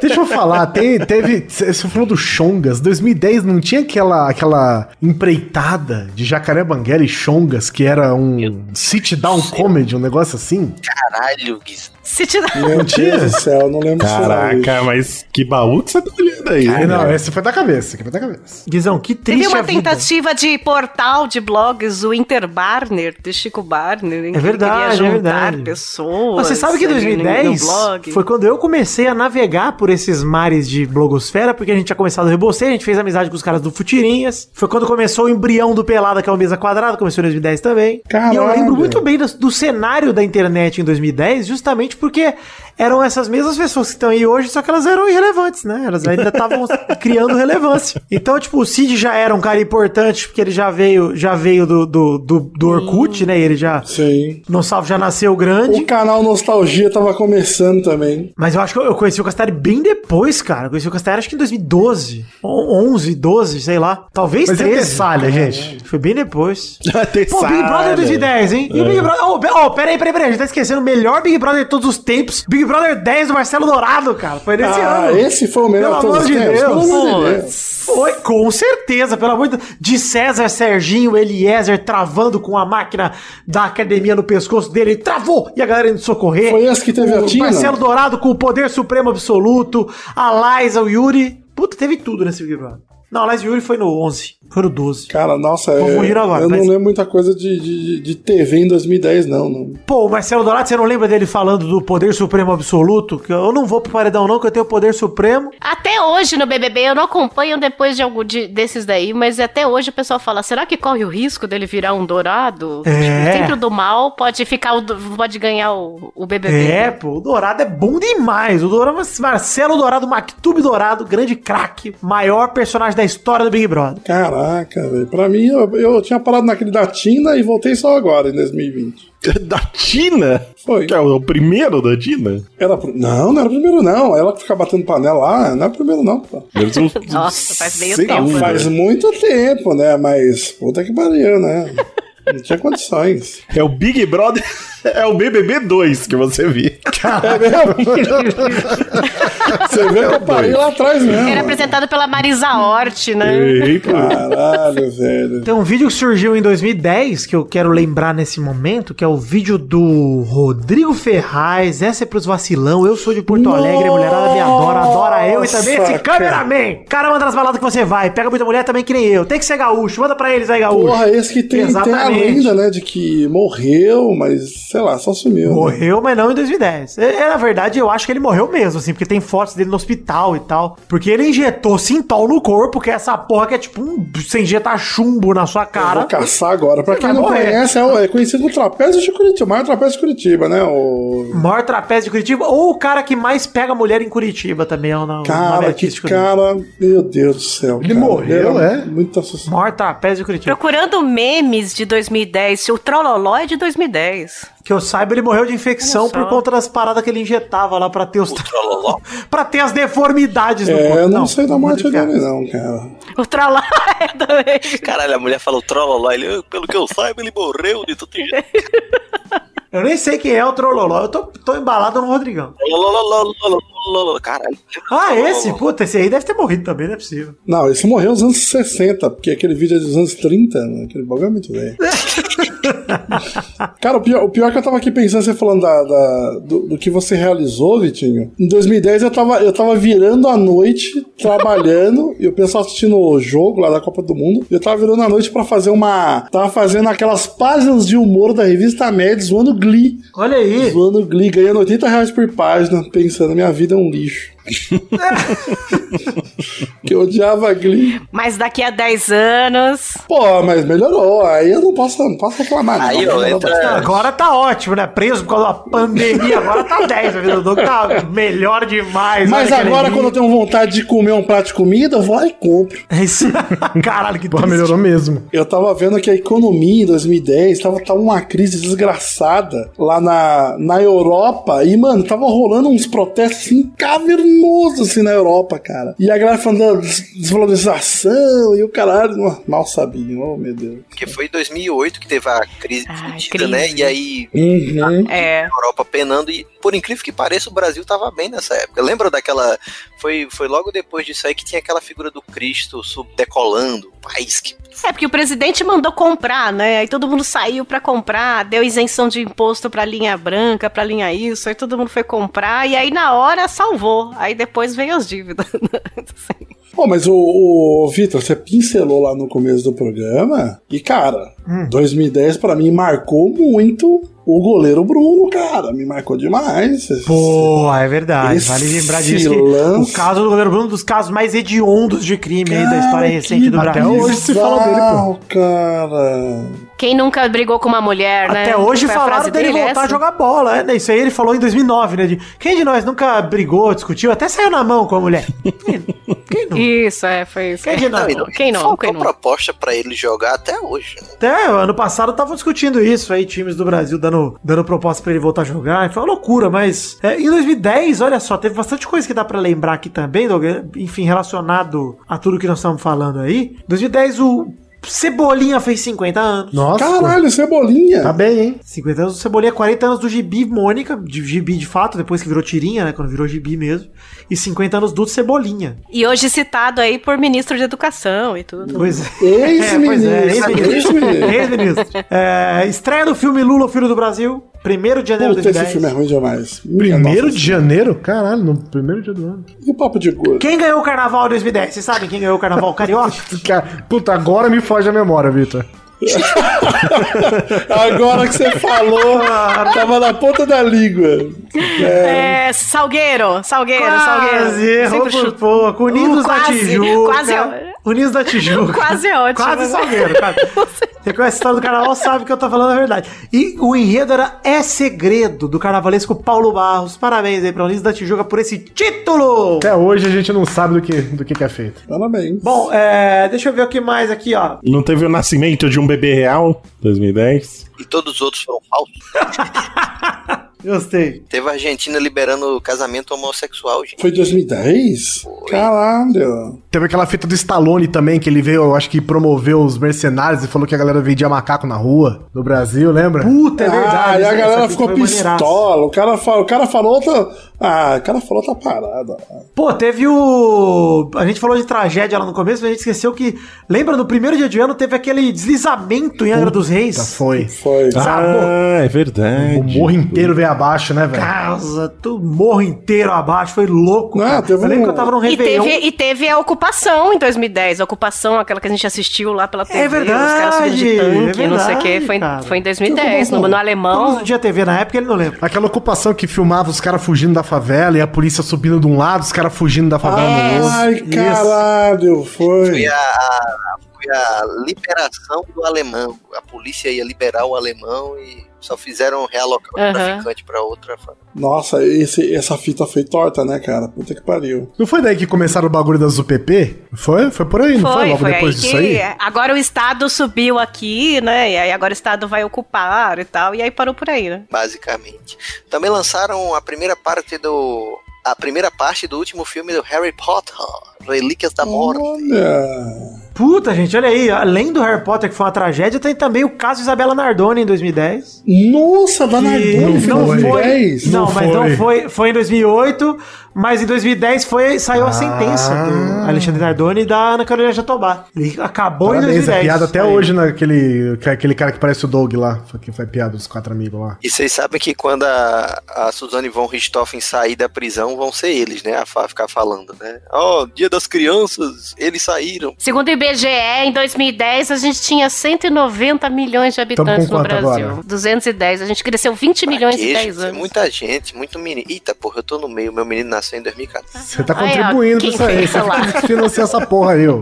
H: Deixa eu falar, tem, teve. Você falou do Chongas. 2010 não tinha aquela, aquela empreitada de Jacaré Banguela e Chongas, que era um sit down comedy, um negócio assim?
G: Caralho, Guiz.
F: Se te dá...
C: Meu Deus do céu, eu não lembro se era
E: Caraca,
C: isso.
E: mas que baú que você tá olhando aí.
H: É, não,
E: né?
H: esse foi da cabeça, que foi da cabeça.
B: Guizão, que triste
F: Teve uma
B: a vida.
F: tentativa de portal de blogs, o Interbarner, de Chico Barner, em que
B: É
F: ele
B: verdade,
F: queria
B: é
F: juntar
B: verdade.
F: pessoas.
B: Você sabe que
F: ali no- no
B: 2010
F: blog.
B: foi quando eu comecei a navegar por esses mares de blogosfera, porque a gente tinha começado o Rebocei, a gente fez amizade com os caras do Futirinhas. Foi quando começou o embrião do Pelada, que é uma mesa quadrada, começou em 2010 também. E eu
C: Caralho.
B: lembro muito bem do, do cenário da internet em 2010, justamente porque eram essas mesmas pessoas que estão aí hoje, só que elas eram irrelevantes, né? Elas ainda estavam criando relevância. Então, tipo, o Cid já era um cara importante, porque ele já veio, já veio do, do, do, do Orkut, né? Ele já...
C: Sim.
B: Não salvo, já nasceu grande.
C: O canal Nostalgia tava começando também.
B: Mas eu acho que eu eu conheci o Castanhari bem depois, cara. Eu conheci o Castanhari acho que em 2012. ou 11, 12, sei lá. Talvez
C: é
H: Mas e a
B: 13.
H: Tessalha, gente?
B: Foi bem depois.
E: Tem
B: Pô, Big Brother 2010, hein? E o Big
C: É.
B: Brother... Ô, oh, peraí, peraí, peraí. A gente tá esquecendo o melhor Big Brother de todos os tempos. Big Brother 10 do Marcelo Dourado, cara. Foi nesse
C: ah,
B: ano.
C: esse foi o melhor
B: Pelo
C: de
B: amor
C: todos os
B: de
C: tempos. Pelo
B: Deus.
C: amor de Deus.
B: Foi, com certeza, pelo amor de Deus. De César, Serginho, Eliezer travando com a máquina da academia no pescoço dele. Ele travou! E a galera indo socorrer.
C: Foi esse que teve a
B: O
C: Tina?
B: Marcelo Dourado com o poder supremo absoluto. A Liza, o Yuri. Puta, teve tudo nesse Big Brother. Não, a Liza e o Yuri foi no 11. Foi no 12.
C: Cara, nossa,
B: Tô
C: é,
B: fugindo agora,
C: eu não
B: mas-
C: lembro muita coisa de, de, de TV em 2010, não. não.
B: Pô, o Marcelo Dourado, você não lembra dele falando do poder supremo absoluto? Que eu não vou pro paredão não, que eu tenho o poder supremo.
F: Até hoje no BBB, eu não acompanho depois de algum de- desses daí, mas até hoje o pessoal fala, será que corre o risco dele virar um dourado?
B: É.
F: Tipo, dentro do mal, pode ficar, o do- pode ganhar o, o BBB.
B: É, pô, o Dourado é bom demais. O Dourado, Marcelo Dourado, Mactube Dourado, grande craque, maior personagem da história do Big Brother.
C: Caraca, velho. Pra mim, eu, eu tinha parado naquele da Tina e voltei só agora, em 2020.
E: Da Tina?
C: Foi.
E: Que é o primeiro da Tina?
C: Ela, não, não era o primeiro, não. Ela que fica batendo panela lá, não era o primeiro, não. pô.
E: Deve ser um-
F: Nossa, faz meio
E: sei lá,
F: tempo, né?
E: um-
C: Faz muito tempo, né? Mas puta que pariu, né? Não tinha condições.
E: É o Big Brother, é o BBB 2 que você viu.
C: É mesmo? Você vê que eu parei lá atrás mesmo.
F: Era apresentado pela Marisa Hort,
B: É.
F: né?
E: Eita.
C: Caralho, velho.
B: Tem um vídeo que surgiu em 2010 que eu quero lembrar nesse momento, que é o vídeo do Rodrigo Ferraz. Essa é pros vacilão. Eu sou de Porto Alegre, a mulherada me adora, adora eu e também
C: Nossa,
B: esse
C: cara.
B: cameraman. Cara, manda nas baladas que você vai, pega muita mulher também que nem eu. Tem que ser gaúcho, manda pra eles aí, gaúcho.
C: Porra, esse que tem, tem a lenda, né, de que morreu, mas sei lá, só sumiu. né?
B: Morreu, mas não em 2010. É, é, na verdade, eu acho que ele morreu mesmo, assim, porque tem fotos dele no hospital e tal. Porque ele injetou sintol no corpo, que é essa porra que é tipo um. Você injeta chumbo na sua cara.
C: Vou caçar agora. Pra
B: Você
C: quem
B: vai
C: não
B: morrer.
C: conhece, é, o- é conhecido como Trapézio de Curitiba. O maior trapézio de Curitiba, né? O...
B: Maior trapézio de Curitiba, ou o cara que mais pega mulher em Curitiba também, é o nome nome
C: Cara, que
B: artístico dele.
C: cara. Meu Deus do céu.
B: Ele
C: cara.
B: morreu, é?
C: Era Muito assustado.
B: Maior trapézio de Curitiba.
F: Procurando memes de 2010, o Trololó é de 2010.
B: Que eu saiba, ele morreu de infecção por conta das paradas que ele injetava lá pra ter os. pra ter as deformidades no corpo.
C: É, não sei da morte
B: modificar.
C: dele, não, cara.
F: O Trololó é também.
G: Caralho, a mulher falou trololó. Ele, "Eu, pelo que eu saiba, ele morreu de tudo jeito.
B: Eu nem sei quem é o Trololó, eu tô, tô embalado no Rodrigão.
G: Trololololololololololololololololololololololololololololololololololololololololololololololololololololololololololololololololol. Caralho.
B: Ah, esse? Puta, esse aí deve ter morrido também, não é possível.
C: Não, esse morreu nos anos 60, porque aquele vídeo é dos anos 30, né? aquele bagulho é muito velho. Cara, o pior, o pior é que eu tava aqui pensando, você falando da, da- do, do que você realizou, Vitinho. Em 2010 eu tava, eu tava virando a noite, trabalhando, e o pessoal assistindo o jogo lá da Copa do Mundo. E eu tava virando a noite pra fazer uma. Tava fazendo aquelas páginas de humor da revista Média, zoando Glee.
B: Olha aí.
C: Zoando Glee, ganhando 80 reais por página, pensando, minha vida é um lixo. que eu odiava Glee.
F: Mas daqui a 10 anos.
C: Pô, mas melhorou. Aí eu não posso, não posso reclamar. não.
G: Aí, ó,
B: Cara,
G: entra.
B: agora tá ótimo, né? Preso por causa da pandemia, agora tá 10. A vida do Doug tá melhor demais.
C: Mas
B: olha que
C: agora,
B: alegria.
C: quando eu tenho vontade de comer um prato de comida, eu vou lá e compro.
B: É isso. Caralho, que
H: Porra,
B: triste.
H: melhorou mesmo.
C: Eu tava vendo que a economia em 2010 tava, tava uma crise desgraçada lá na, na Europa. E, mano, tava rolando uns protestos assim, cavernosos assim, na Europa, cara. E a galera falando da des- desvalorização e o caralho. Nossa, Mal sabia, oh meu Deus.
G: Porque foi em 2008 que teve a crise
F: Ai,
G: fodida, né?
F: crise.
G: E aí
C: Uhum.
F: É.
G: a Europa penando e por incrível que pareça o Brasil tava bem nessa época. Lembra daquela foi foi logo depois disso aí que tinha aquela figura do Cristo sub decolando, o país que
F: É porque o presidente mandou comprar, né? Aí todo mundo saiu pra comprar, deu isenção de imposto pra linha branca, pra linha isso, aí todo mundo foi comprar e aí na hora salvou. Aí depois veio as dívidas.
C: Pô, mas o, o Vitor, você pincelou lá no começo do programa. E, cara, 2010 pra mim marcou muito o goleiro Bruno, cara. Me marcou demais.
B: Pô, é verdade.
C: Esse
B: vale lembrar disso. que
C: lance.
B: O caso do goleiro Bruno é um dos casos mais hediondos de crime aí da história recente do
H: até
B: Brasil.
H: hoje se fala dele,
F: Né?
H: pô.
C: pô. cara.
F: Quem nunca brigou com uma mulher, né?
B: Até hoje
F: Foi a
B: falaram
F: frase
B: dele voltar
F: essa?
B: a jogar bola, né? Isso aí ele falou em 2009, né? De, quem de nós nunca brigou, discutiu, até saiu na mão com a mulher? Quem, quem não?
F: Isso, é, foi isso.
B: Quem de nós?
F: Quem não? Quem
G: faltou
F: não?
G: proposta pra ele jogar até hoje. né?
B: Até ano passado estavam discutindo isso aí, times do Brasil dando, dando proposta pra ele voltar a jogar. Foi uma loucura, mas é, em 2010, olha só, teve bastante coisa que dá pra lembrar aqui também, Doug, enfim, relacionado a tudo que nós estamos falando aí. 2010 o Cebolinha fez 50 anos.
H: Nossa.
C: Caralho, Cebolinha.
H: Tá bem, hein?
B: 50 anos do Cebolinha, 40 anos do Gibi Mônica, de Gibi de fato, depois que virou tirinha, né, quando virou Gibi mesmo, e 50 anos do Cebolinha.
F: E hoje citado aí por ministro de educação e tudo.
B: Pois é.
C: Esse
B: pois
C: menino.
B: é,
C: Esse
B: ex-ministro.
C: menino.
B: Ex-ministro. É, estreia do filme Lula, o Filho do Brasil, 1 de janeiro de
C: Puta, esse
B: 2010.
C: filme é ruim demais. Minha
H: Primeiro
C: nossa
H: de janeiro? Caralho, no primeiro dia do ano.
C: senhora. E o papo de gordo?
B: Quem ganhou o carnaval em 2010? Vocês sabem quem ganhou o carnaval carioca?
H: Cara, Puta, agora me foge a memória, Vitor.
C: Agora que você falou, tava na ponta da língua.
F: É, Salgueiro, Salgueiro, Salgueiro.
B: Quase,
F: Sempre
B: errou por
F: chuto.
B: pouco. Unidos
F: Uh,
B: da
F: quase,
B: Tijuca.
F: quase é-
B: Unidos da Tijuca.
F: Quase é ótimo,
B: Quase
F: né?
B: zagueiro, cara. Quem conhece a história do carnaval sabe que eu tô falando a verdade. E o enredo era É Segredo, do carnavalesco Paulo Barros. Parabéns aí pra Unidos da Tijuca por esse título!
H: Até hoje a gente não sabe do que, do que, que é feito.
C: Parabéns.
B: Bom, é, deixa eu ver o que mais aqui, ó.
E: Não teve o nascimento de um bebê real, 2010.
G: E todos os outros foram falsos.
B: Gostei.
G: Teve a Argentina liberando o casamento homossexual, gente.
C: Foi 2010? Caralho.
H: Teve aquela fita do Stallone também, que ele veio, eu acho que promoveu os mercenários e falou que a galera vendia macaco na rua, no Brasil, lembra?
B: Puta, é
C: Ah,
B: verdade.
C: e a
B: essa
C: galera
B: fita
C: ficou
B: foi maneiraça.
C: pistola. O cara, fa- o cara falou outra. Ah, o cara falou outra parada.
B: Pô, teve o. A gente falou de tragédia lá no começo, mas a gente esqueceu que. Lembra, no primeiro dia de ano teve aquele deslizamento em Angra dos Reis?
H: Puta, foi.
C: Foi.
E: Ah, é verdade.
H: O morro inteiro veio
B: abaixo, né, velho? Casa, tu morro inteiro abaixo, foi louco. Não, cara. Eu
C: um
B: lembro que eu tava num
F: E
B: Réveillon.
F: teve, e teve a ocupação em 2010. A ocupação, aquela que a gente assistiu lá pela TV. Os caras subindo de
B: verdade,
F: tanque,
B: é
F: não sei o quê.
B: verdade,
F: Foi, em-
B: cara.
F: foi em 2010, no, no Alemão.
B: dia TV na época, ele não lembra.
H: Aquela ocupação que filmava os caras fugindo da favela e a polícia subindo de um lado, os caras fugindo
B: Ah,
H: da favela do outro.
C: Ai, caralho, foi.
G: Foi a, a- foi a liberação do alemão. A polícia ia liberar o alemão e só fizeram realocar o
C: Aham.
G: traficante pra outra família.
C: Nossa, esse- essa fita foi torta, né, cara? Puta que pariu.
H: Não foi daí que começaram o bagulho das UPP? Foi? Foi por aí, não foi? Logo depois disso aí?
F: Agora o Estado subiu aqui, né? E aí agora o Estado vai ocupar e tal. E aí parou por aí, né?
G: basicamente. Também lançaram a primeira parte do a primeira parte do último filme do Harry Potter, Relíquias da Morte.
C: É.
B: Puta, gente, olha aí. Além do Harry Potter, que foi uma tragédia, tem também o caso Isabela Nardoni em 2010.
C: Nossa, da
B: Nardoni não foi.
C: em
B: Não,
C: É Não
B: mas
C: foi.
B: não foi. Foi em 2008, mas em 2010 foi, saiu a sentença do Alexandre Nardoni e da Ana Carolina Jatobá. Ele acabou em
H: Parabéns, é
B: 2010.
H: piada até
B: Aí.
H: hoje naquele que- aquele cara que parece o Doug lá, que foi piada dos quatro amigos lá.
G: E vocês sabem que quando a, a Suzane von Richthofen sair da prisão, vão ser eles, né? A fa- ficar falando, né? Ó, Dia das Crianças, eles saíram.
F: Segundo o IBGE, em 2010 a gente tinha 190 milhões de habitantes
G: com
F: no
G: quanto
F: Brasil.
G: agora?
F: 210. A gente cresceu 20 milhões em 10
G: Queijo,
F: anos.
G: muita gente, é muito menino. Eita, porra, eu tô no meio. Meu menino nasceu em 2014.
H: Você tá
G: Aí, ó,
H: contribuindo pra
G: quem
H: isso aí,
G: pensa
H: você
G: lá?
H: tem que financiar essa porra aí, ô.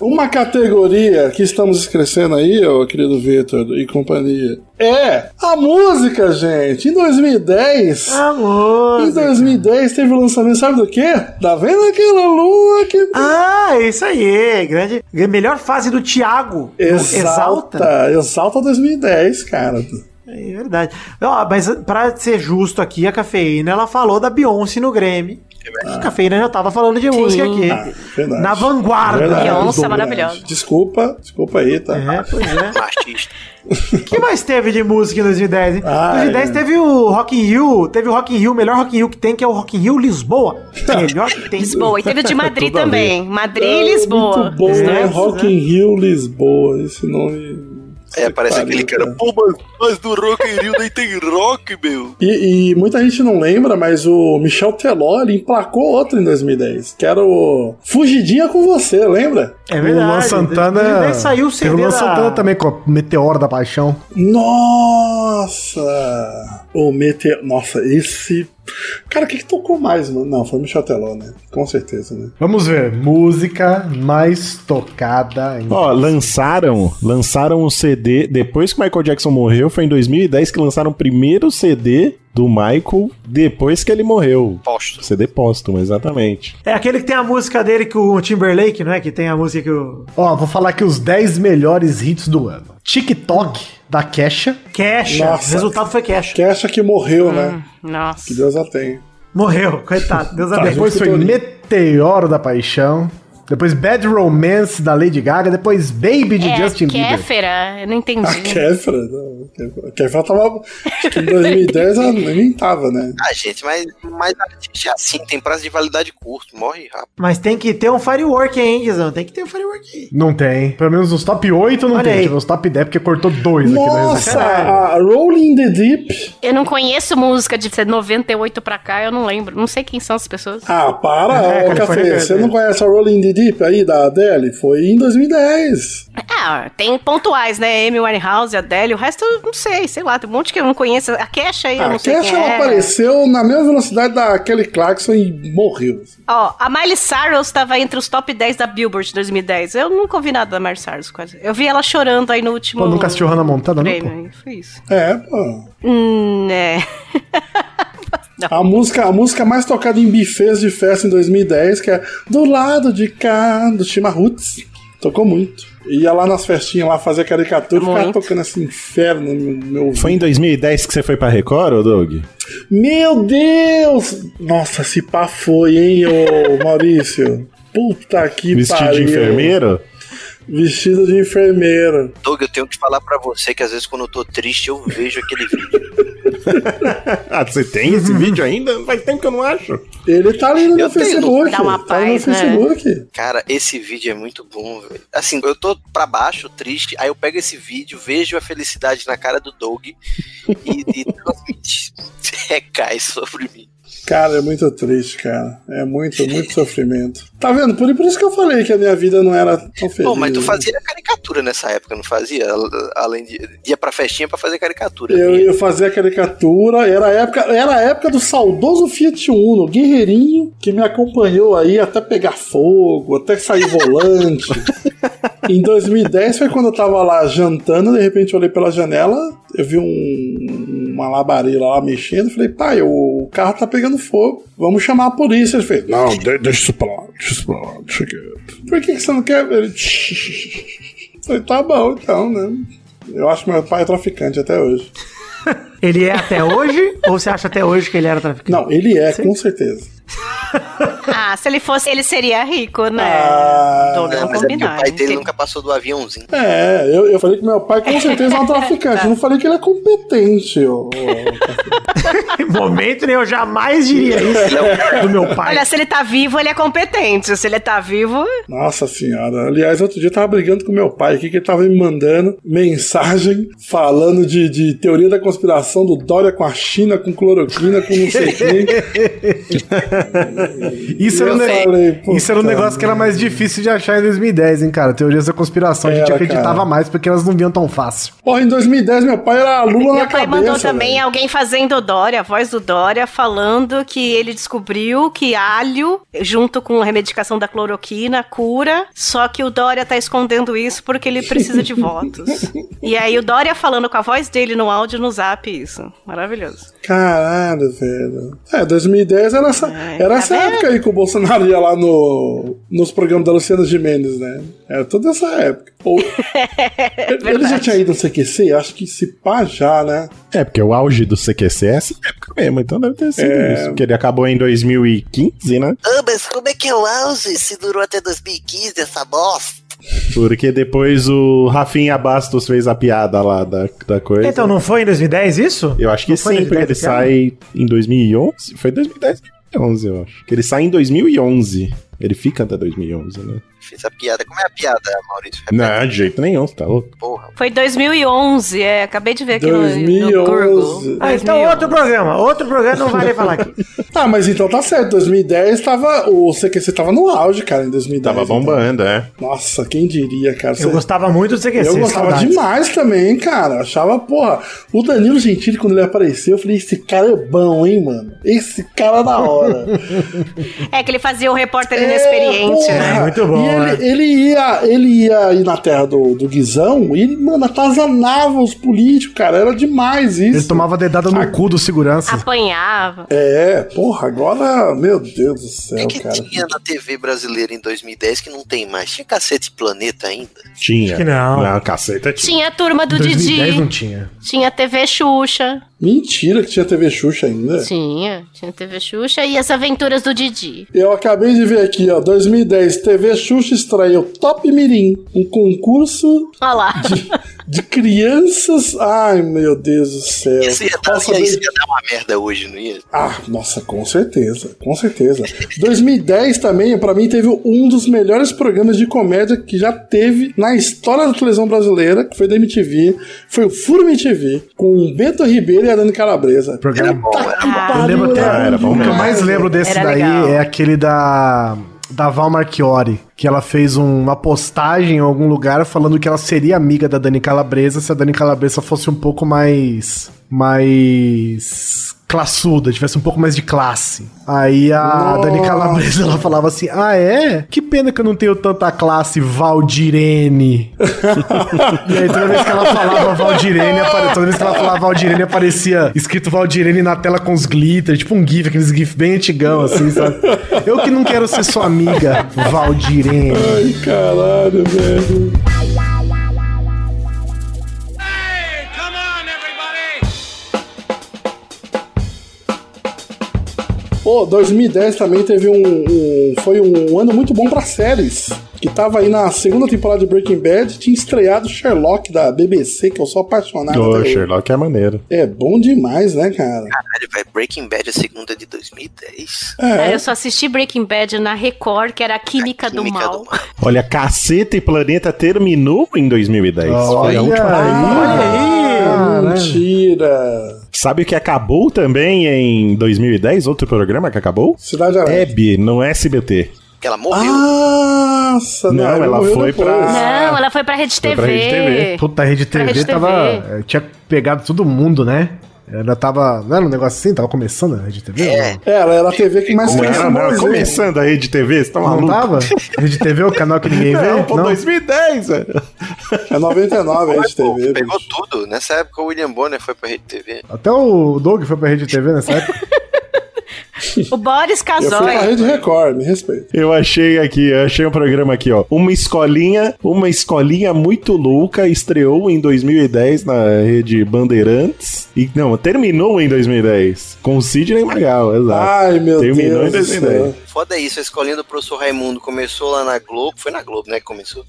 C: Uma categoria que estamos esquecendo aí, ô querido Vitor e companhia, é a música, gente. Em 2010.
B: A música.
C: Em 2010 teve o lançamento, sabe do quê? Tá vendo aquela lua que.
B: Ah, isso aí. Grande, melhor fase do Thiago. do
C: Exalta. Exalta 2010, cara.
B: É verdade. Ó, mas pra ser justo aqui, a cafeína ela falou da Beyoncé no Grammy. A cafeína já tava falando de música aqui.
C: Ah, verdade.
B: Na vanguarda.
C: Verdade, verdade. Desculpa, desculpa aí, tá?
B: É, pois
F: Ah.
B: é.
G: Machista.
B: O que mais teve de música em 2010, hein?
C: Ah,
B: 2010
C: é.
B: teve o Rock in Rio, teve o Rock in Rio, o melhor Rock in Rio que tem, que é o Rock in Rio Lisboa. Melhor que tem.
F: Lisboa, e teve o de Madrid também. Madrid e Lisboa.
C: Muito bom,
F: Os
C: né?
F: dois,
C: Rock in Rio Lisboa, esse nome.
G: É, parece aquele cara, pô, mas, mas do Rock in Rio nem tem rock, meu.
C: E, e muita gente não lembra, mas o Michel Teló ele emplacou outro em 2010, que era o Fugidinha com você, lembra?
B: É verdade.
H: O Luan Santana.
B: Daí saiu o CD
H: Teve o Luan
B: da-
H: Santana também com a Meteoro da Paixão.
C: Nossa! O Meteor. Nossa, esse. Cara, o que, que tocou mais, mano? Não, foi o Michel Teló, né? Com certeza, né?
H: Vamos ver. Música mais tocada em.
E: Ó, lançaram, lançaram o CD depois que o Michael Jackson morreu, foi em 2010 que lançaram o primeiro CD do Michael depois que ele morreu.
G: Póstumo.
E: CD póstumo, exatamente.
B: É aquele que tem a música dele com o Timberlake, não é? Que tem a música que o.
H: Ó, vou falar aqui os 10 melhores hits do ano. TikTok da Kesha.
B: Kesha. O resultado foi Kesha.
C: Kesha que morreu,
F: Hum.
C: né?
F: Nossa.
C: Que Deus a tenha.
B: Morreu, coitado. Deus abençoe.
H: Tá, Depois foi Meteoro da Paixão. Depois Bad Romance da Lady Gaga. Depois Baby de
F: É,
H: Justin Bieber.
F: Kéfera, eu não entendi.
C: A Kéfera, não. A Kéfera tava. Acho que em 2010 ela nem tava, né?
G: Ah, gente, mas, mas artista é assim, tem prazo de validade curto, morre rápido.
B: Mas tem que ter um firework, hein, Guizão? Tem que ter um firework.
H: Não tem. Pelo menos os top 8 não
B: Olha
H: tem.
B: aí.
H: Deixa eu ver os top 10 porque cortou dois aqui na
C: Nossa, a Rolling the Deep.
F: Eu não conheço música de 98 pra cá, eu não lembro. Não sei quem são essas pessoas.
C: Ah, para,
F: É,
C: ô
F: California
C: Café.
F: Girl,
C: Você
F: né?
C: não conhece a Rolling the Deep aí da Adele? Foi em 2010.
F: Ah, tem pontuais, né? Amy Winehouse, Adele, o resto eu não sei, sei lá, tem um monte que eu não conheço. A Kesha aí, eu
C: A
F: não sei
C: Ah, Kesha
F: quem
C: ela
F: é.
C: apareceu na mesma velocidade da Kelly Clarkson e morreu.
F: Ó, a Miley Cyrus estava entre os top 10 da Billboard de 2010. Eu nunca ouvi nada da Miley Cyrus, quase. Eu vi ela chorando aí no último...
H: Pô, nunca assistiu Hannah Montana, não,
F: prêmio,
H: pô?
F: aí, Foi isso.
C: É, pô.
F: Hum, é.
C: A música, a música mais tocada em bufês de festa em 2010, que é Do Lado de Cá, do Chima Roots. Tocou muito. Ia lá nas festinhas lá fazer caricatura e ficava
E: Muito.
C: tocando esse inferno no meu- meu ouvido.
E: Foi em 2010 que você foi pra Record, ô Doug?
C: Meu Deus! Nossa, se pá foi, hein, ô Maurício? Puta que
E: Vestido
C: pariu.
E: de enfermeiro?
C: Vestido de enfermeira.
G: Doug, eu tenho que falar pra você que às vezes quando eu tô triste eu vejo aquele vídeo.
E: Ah, você tem esse vídeo ainda? Faz tempo que eu não acho.
C: Ele tá ali no
G: Eu
C: meu
G: tenho.
C: Facebook.
F: Dá
C: tá
F: uma
C: no
F: paz, né?
C: Facebook.
G: Cara, esse vídeo é muito bom, velho. Assim, eu tô pra baixo, triste, aí eu pego esse vídeo, vejo a felicidade na cara do Doug e, e transmite. Recai sobre mim.
C: Cara, é muito triste, cara. É muito, muito sofrimento. Tá vendo? Por, por isso que eu falei que a minha vida não era tão feliz.
G: Bom, mas tu
C: né?
G: fazia caricatura nessa época, não fazia? Al- Além de. ia pra festinha pra fazer caricatura. né?
C: Eu, eu fazia caricatura, era a, época, era a época do saudoso Fiat Uno, guerreirinho, que me acompanhou aí até pegar fogo, até sair volante. em 2010 foi quando eu tava lá jantando, de repente eu olhei pela janela, eu vi um, uma labareda lá mexendo, falei, pai, o carro tá pegando fogo, vamos chamar a polícia. Ele fez, não, de- deixa isso pra lá, deixa isso pra lá, deixa quieto. Por que, que você não quer? Ele, falei, tá bom então, né? Eu acho que meu pai é traficante até hoje.
B: Ele é até hoje? ou você acha até hoje que ele era traficante?
C: Não, ele é, com certeza.
F: Ah, se ele fosse, ele seria rico, né?
C: Ah,
F: Doug,
G: Não,
F: vamos
G: mas é porque
F: combinar.
G: o pai dele
F: Ele-
G: nunca passou do aviãozinho.
C: É, eu, eu falei que meu pai com certeza é um traficante. Eu não falei que ele é competente. ô- ô.
B: Em momento nenhum, eu jamais diria isso do meu pai.
F: Olha, se é ele tá vivo, ele é competente. Se ele tá vivo,
C: Nossa senhora. Aliás, outro dia eu tava brigando com meu pai aqui, que ele tava me mandando mensagem falando de, de teoria da conspiração do Dória com a China, com cloroquina, com não sei quem.
H: Isso era, um
C: Eu
H: ne-
C: falei, puta
H: isso era um negócio que era mais difícil de achar em 2010, hein, cara? Teorias da conspiração, a gente
C: Era,
H: acreditava
C: cara.
H: mais porque elas não vinham tão fácil.
C: Porra, em 2010 meu pai era Lula na
F: meu
C: cabeça.
F: pai mandou também
C: velho.
F: alguém fazendo o Dória, a voz do Dória, falando que ele descobriu que alho, junto com a remedicação da cloroquina, cura. Só que o Dória tá escondendo isso porque ele precisa de votos. E aí o Dória falando com a voz dele no áudio no zap, isso. Maravilhoso.
C: Caralho, velho. É, 2010 era essa,
F: Ai,
C: era
F: tá
C: essa
F: vendo?
C: época aí que o Bolsonaro ia lá no, nos programas da Luciana Gimenez, né? Era toda essa época. Ou, ele já
F: É verdade.
C: tinha ido no CQC? Acho que se pá já, né?
E: É, porque o auge do CQC é essa época mesmo, então deve ter sido
C: É.
E: isso. Porque ele acabou em 2015, né?
G: Ah, mas como é que é o auge se durou até 2015 essa bosta?
E: Porque depois o Rafinha Bastos fez a piada lá da, da coisa.
B: Então, não foi em 2010 isso?
E: eu acho que
B: não foi
E: sim, porque ele
B: 2010 esse ano?
E: sai em 2011. Foi 2010, 2011, eu acho. Que ele sai em 2011. Ele fica até 2011, né?
G: Fiz a piada. Como é a piada, Maurício? Repete,
E: Não, de jeito nenhum, você tá louco?
G: Porra.
F: Foi 2011, é. Acabei de ver aqui no- no
C: 2011.
F: Google.
B: Ah, então
F: 2011.
B: outro programa. Outro programa não vale falar aqui.
C: Tá, mas então tá certo. 2010 tava. O CQC tava no auge, cara, em 2010.
E: Tava bombando, é.
C: então. Nossa, quem diria, cara? Cê-
B: Eu gostava muito do CQC.
C: Eu gostava
B: saudades.
C: demais também, cara. Achava, porra, o Danilo Gentili, quando ele apareceu, eu falei: esse cara é bom, hein, mano? Esse cara é da hora.
F: É que ele fazia o repórter
C: É,
F: inexperiente,
C: porra.
F: né?
B: né? Muito bom,
C: E
B: né?
C: ele, ele ia, ele ia ir na terra do, do Guizão e ele, mano, atazanava os políticos, cara. Era demais isso.
H: Ele tomava dedada no cu do segurança.
F: Apanhava.
C: É, porra, agora, meu Deus do
G: O que,
C: céu,
G: É que
C: cara.
G: tinha né? na TV brasileira em 2010 que não tem mais? Tinha cacete planeta ainda?
E: Tinha.
B: Que não.
E: Não, caceta tinha.
F: Tinha a turma do
H: 2010
F: Didi,
E: né?
H: não tinha.
F: tinha a TV Xuxa.
C: Mentira que tinha TV Xuxa ainda.
F: Tinha, tinha TV Xuxa e as aventuras do Didi.
C: Eu acabei de ver aqui, ó, 2010, TV Xuxa estreou Top Mirim, um concurso
F: Olha lá.
C: de crianças. Ai, meu Deus do céu.
G: Isso ia, dar,
C: Nossa,
G: ia-
C: dois-
G: isso ia dar uma merda hoje, não ia?
C: Ah, nossa, com certeza, com certeza. 2010 também, pra mim, teve um dos melhores programas de comédia que já teve na história da televisão brasileira, que foi da MTV, foi o Furo MTV, com o Beto Ribeiro e a Dani Calabresa.
H: Programa
C: Puta
G: é,
C: que
F: Ah,
H: Eu lembro
C: pariu, né?
H: até.
E: Ah, era bom
H: o que eu
E: mesmo.
H: mais lembro desse
F: Era
H: daí
F: legal.
H: é aquele da. Da Val Marchiori, que ela fez um- uma postagem em algum lugar falando que ela seria amiga da Dani Calabresa se a Dani Calabresa fosse um pouco mais. mais. classuda, tivesse um pouco mais de classe. Aí a Dani Calabresa ela falava assim: Ah, é? Que pena que eu não tenho tanta classe, Valdirene. E aí, toda vez que ela falava Valdirene, apare... toda vez que ela falava Valdirene, aparecia escrito Valdirene na tela com os glitter, tipo um GIF, aqueles GIF bem antigão, assim, sabe? Eu que não quero ser sua amiga, Valdirene.
C: Ai, caralho, velho. um Pô, 2010 também teve um, um- Foi um ano muito bom pra séries. que tava aí na segunda temporada de Breaking Bad, tinha estreado Sherlock da BBC, que eu sou apaixonado
E: Ô,
C: até hoje.
E: Sherlock é maneiro.
C: É bom demais, né, cara?
G: Caralho, velho, Breaking Bad é segunda de 2010.
F: É, eu só assisti Breaking Bad na Record, que era a Química, do, mal.
E: Olha, Caceta e Planeta terminou em 2010. Foi a última.
C: Ah, mentira.
E: Sabe o que acabou também em 2010? Outro programa que acabou?
C: Cidade Alerta.
E: Hebe, não SBT.
G: Que ela morreu.
C: Ah, Nossa, né?
E: Não,
C: ele
E: ela
C: morreu
E: foi
C: depois.
E: pra-
C: Ah.
F: Não, ela foi pra Rede
E: Foi
F: TV.
E: pra RedeTV.
H: Puta, a Rede
F: Pra
H: TV
F: Rede
H: tava.
F: TV.
H: eh, Tinha pegado todo mundo, né? Ela tava. Não era um negócio assim? Tava começando a Rede TV? É.
C: É, Ela era a TV que mais
E: Não, não,
C: transformou.
E: começando a Rede TV, você tá
H: Não,
E: maluco? um
H: tava? Rede TV é o canal que ninguém vê?
E: Não, pô, 2010, velho.
C: É 99 a gente
G: Pô,
C: teve.
G: pegou tudo. Nessa época o William Bonner foi pra Rede TV.
H: Até o Doug foi pra Rede TV nessa época.
F: O Boris
C: Eu fui pra
F: Casoy.
C: Rede Record, me respeita.
E: Eu achei aqui, eu achei um programa aqui, ó. Uma escolinha, uma escolinha muito louca, estreou em 2010 na rede Bandeirantes. E não, terminou em 2010. Com o Sidney Magal, exato.
C: Ai, meu
E: Tá. terminou
C: Deus. do céu.
E: em 2010.
G: Foda isso, a escolinha do professor Raimundo começou lá na Globo, foi na Globo, né, que começou.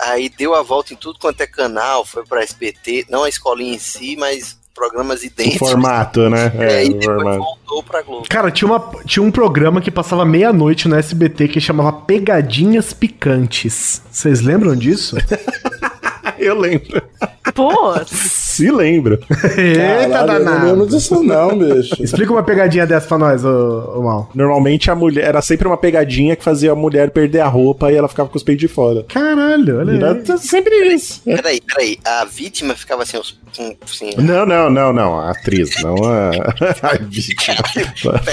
G: Aí deu a volta em tudo quanto é canal, foi pra SBT, não a escolinha em si, mas programas
E: O
G: idênticos.
E: formato, né?
G: É,
E: É,
G: e
E: o
G: depois
E: formato.
G: voltou pra Globo.
H: Cara, tinha, uma, tinha um programa que passava meia-noite no SBT que chamava Pegadinhas Picantes. Vocês lembram disso?
E: Eu lembro.
F: Pô,
E: Se lembro.
C: Caralho, eu
H: Eita,
C: não
H: danado.
C: lembro disso não, bicho.
H: Explica uma pegadinha dessa pra nós, ô, ô Mal.
E: Normalmente a mulher era sempre uma pegadinha que fazia a mulher perder a roupa e ela ficava com os peitos de fora.
H: Caralho, olha aí.
E: Era sempre isso.
G: Peraí, peraí. A vítima ficava assim, os- com- assim
E: Não, não, não, não. A atriz, não a. a vítima.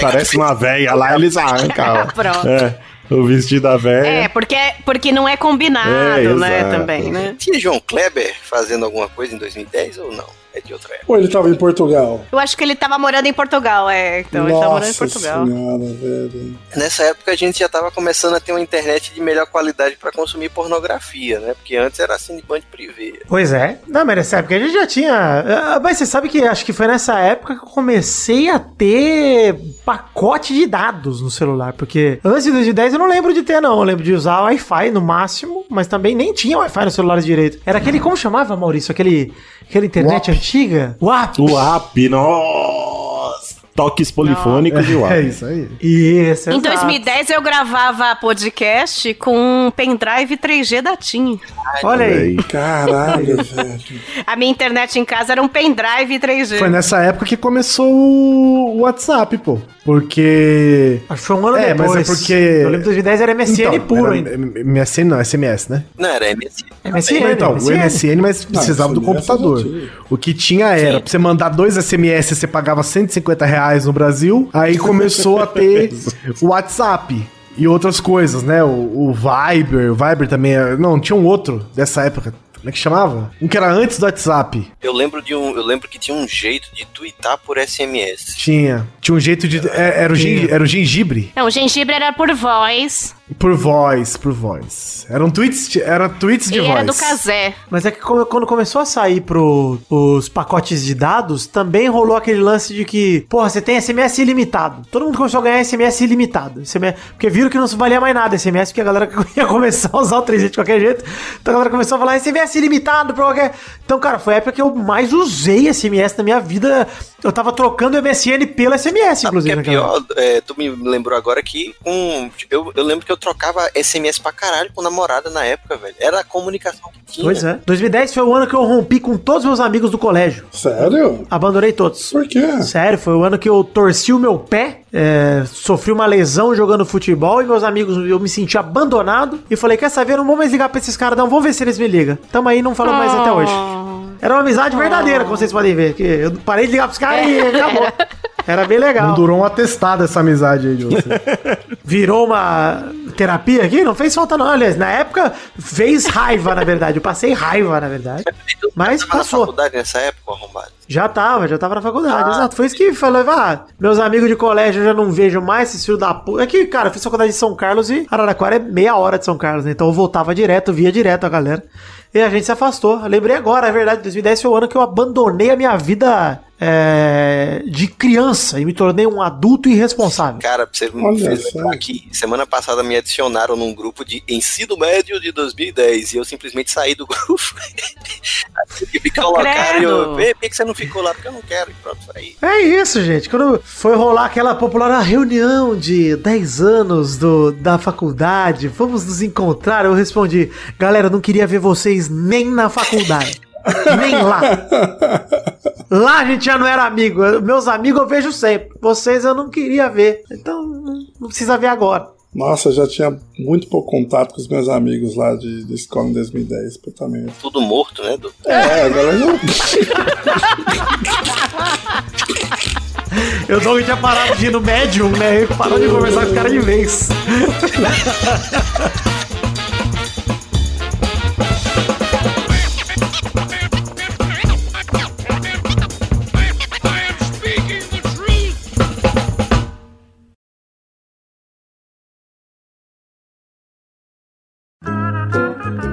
E: Parece uma véia lá, eles arrancam.
F: Pronto.
E: É, o vestido da
F: É,
E: véia.
F: porque, porque não é combinado,
E: É,
F: né,
E: exato.
F: também, né?
G: Tinha João Kleber fazendo alguma coisa em 2010 ou não? É de outra época.
C: Ou ele tava em Portugal?
F: Eu acho que ele tava morando em Portugal, é. Então, ele tava morando em Portugal.
C: senhora, velho.
G: Nessa época a gente já tava começando a ter uma internet de melhor qualidade pra consumir pornografia, né? Porque antes era assim de band privê.
B: Pois é. Não, mas nessa época a gente já tinha. ah, Mas você sabe que acho que foi nessa época que eu comecei a ter pacote de dados no celular. Porque antes de 2010 eu não lembro de ter, não. Eu lembro de usar Wi-Fi no máximo, mas também nem tinha Wi-Fi nos celulares direito. Era aquele, como chamava, Maurício? Aquele, aquela internet antiga? WAP.
E: O app, nossa. Toques polifônicos de
H: É
E: WAP.
H: isso aí.
B: Isso,
F: Em
B: exato.
F: 2010 eu gravava podcast com um pendrive 3G da TIM.
B: Olha aí.
C: Caralho, velho.
F: A minha internet em casa era um pendrive 3G.
H: Foi nessa época que começou o WhatsApp, pô. Porque.
B: Acho que foi um ano
H: É, mas
B: depois.
H: é porque- Então,
B: Eu lembro que 2010 era MSN puro
H: era
B: ainda.
H: MSN não, SMS, né?
G: Não, era MSN.
B: MSN,
H: então, o MSN, mas precisava
C: isso
H: do
C: nessa
H: computador.
C: já tinha.
H: O que tinha era, pra você mandar dois SMS, você pagava 150 reais no Brasil. Aí começou a ter o WhatsApp e outras coisas, né? O, o Viber, o Viber também. era- Não, tinha um outro dessa época. Como é que chamava? Um que era antes do WhatsApp.
G: Eu lembro de um. Eu lembro que tinha um jeito de twittar por SMS.
H: Tinha. Tinha um jeito de. é- Era o, gen- era o gengibre.
F: Não, o gengibre era por voz
H: Por voz, por voz. Eram tweets, era tweets de
F: e
H: voz.
F: era do Casé.
B: Mas é que como- quando começou a sair pro, os pacotes de dados, também rolou aquele lance de que, porra, você tem SMS ilimitado. Todo mundo começou a ganhar SMS ilimitado. SMS porque viram que não valia mais nada SMS, porque a galera ia começar a usar o 3G de qualquer jeito. Então a galera começou a falar SMS ilimitado pra qualquer... Então, cara, foi a época que eu mais usei SMS na minha vida. Eu tava trocando MSN pelo SMS,
G: Sabe o que
B: inclusive.
G: é
B: naquela época.
G: pior? É, tu me lembrou agora que com. Eu, eu lembro que eu trocava SMS pra caralho com namorada na época, velho. Era a comunicação que tinha.
B: Pois é. 2010 foi o ano que eu rompi com todos os meus amigos do colégio.
C: Sério?
B: Abandonei todos.
C: Por quê?
B: Sério, foi o ano que eu torci o meu pé, é, sofri uma lesão jogando futebol e meus amigos, eu me senti abandonado e falei, quer saber, não vou mais ligar pra esses caras não, vamos ver se eles me ligam. Tamo aí, não falou mais até hoje.
G: Ah.
B: Era uma amizade verdadeira, como vocês podem ver, porque eu parei de ligar pros caras e acabou. Era bem
H: Não
B: legal.
H: durou um atestado essa amizade aí de você.
B: Virou uma terapia aqui? Não fez falta não, aliás, na época fez raiva, na verdade, eu passei raiva, na verdade.
G: Eu
B: Mas
G: tava na
B: passou.
G: faculdade nessa época, arrombado.
B: Já tava, já tava na faculdade, exato. Foi isso que falou, ah, meus amigos de colégio eu já não vejo mais, esses filhos da puta. É que, cara, eu fiz faculdade de São Carlos e Araraquara é meia hora de São Carlos, né? Então eu voltava direto, via direto a galera. E a gente se afastou. Eu lembrei agora, é verdade, 2010 foi o ano que eu abandonei a minha vida é, de criança e me tornei um adulto irresponsável.
G: Cara, você me
B: Olha
G: fez
B: só.
G: lembrar que semana passada me adicionaram num grupo de ensino médio de 2010 e eu simplesmente saí do grupo. e me colocaram. Eu, "Vê, Por que que você não ficou lá? Porque eu não quero. E pronto, saí.
B: É isso, gente. Quando foi rolar aquela popular reunião de 10 anos do, da faculdade, vamos nos encontrar, eu respondi, galera, não queria ver vocês nem na faculdade. nem lá. Lá a gente já não era amigo. Eu- Meus amigos eu vejo sempre. Vocês eu não queria ver. Então não- não precisa ver agora.
C: Nossa, eu já tinha muito pouco contato com os meus amigos lá de, de escola em 2010, puta merda.
G: Tudo morto, né, Du?
C: É, agora eu...
B: Eu Doug tinha parado de ir no médium, né? Ele parou de conversar com os caras de vez.
L: O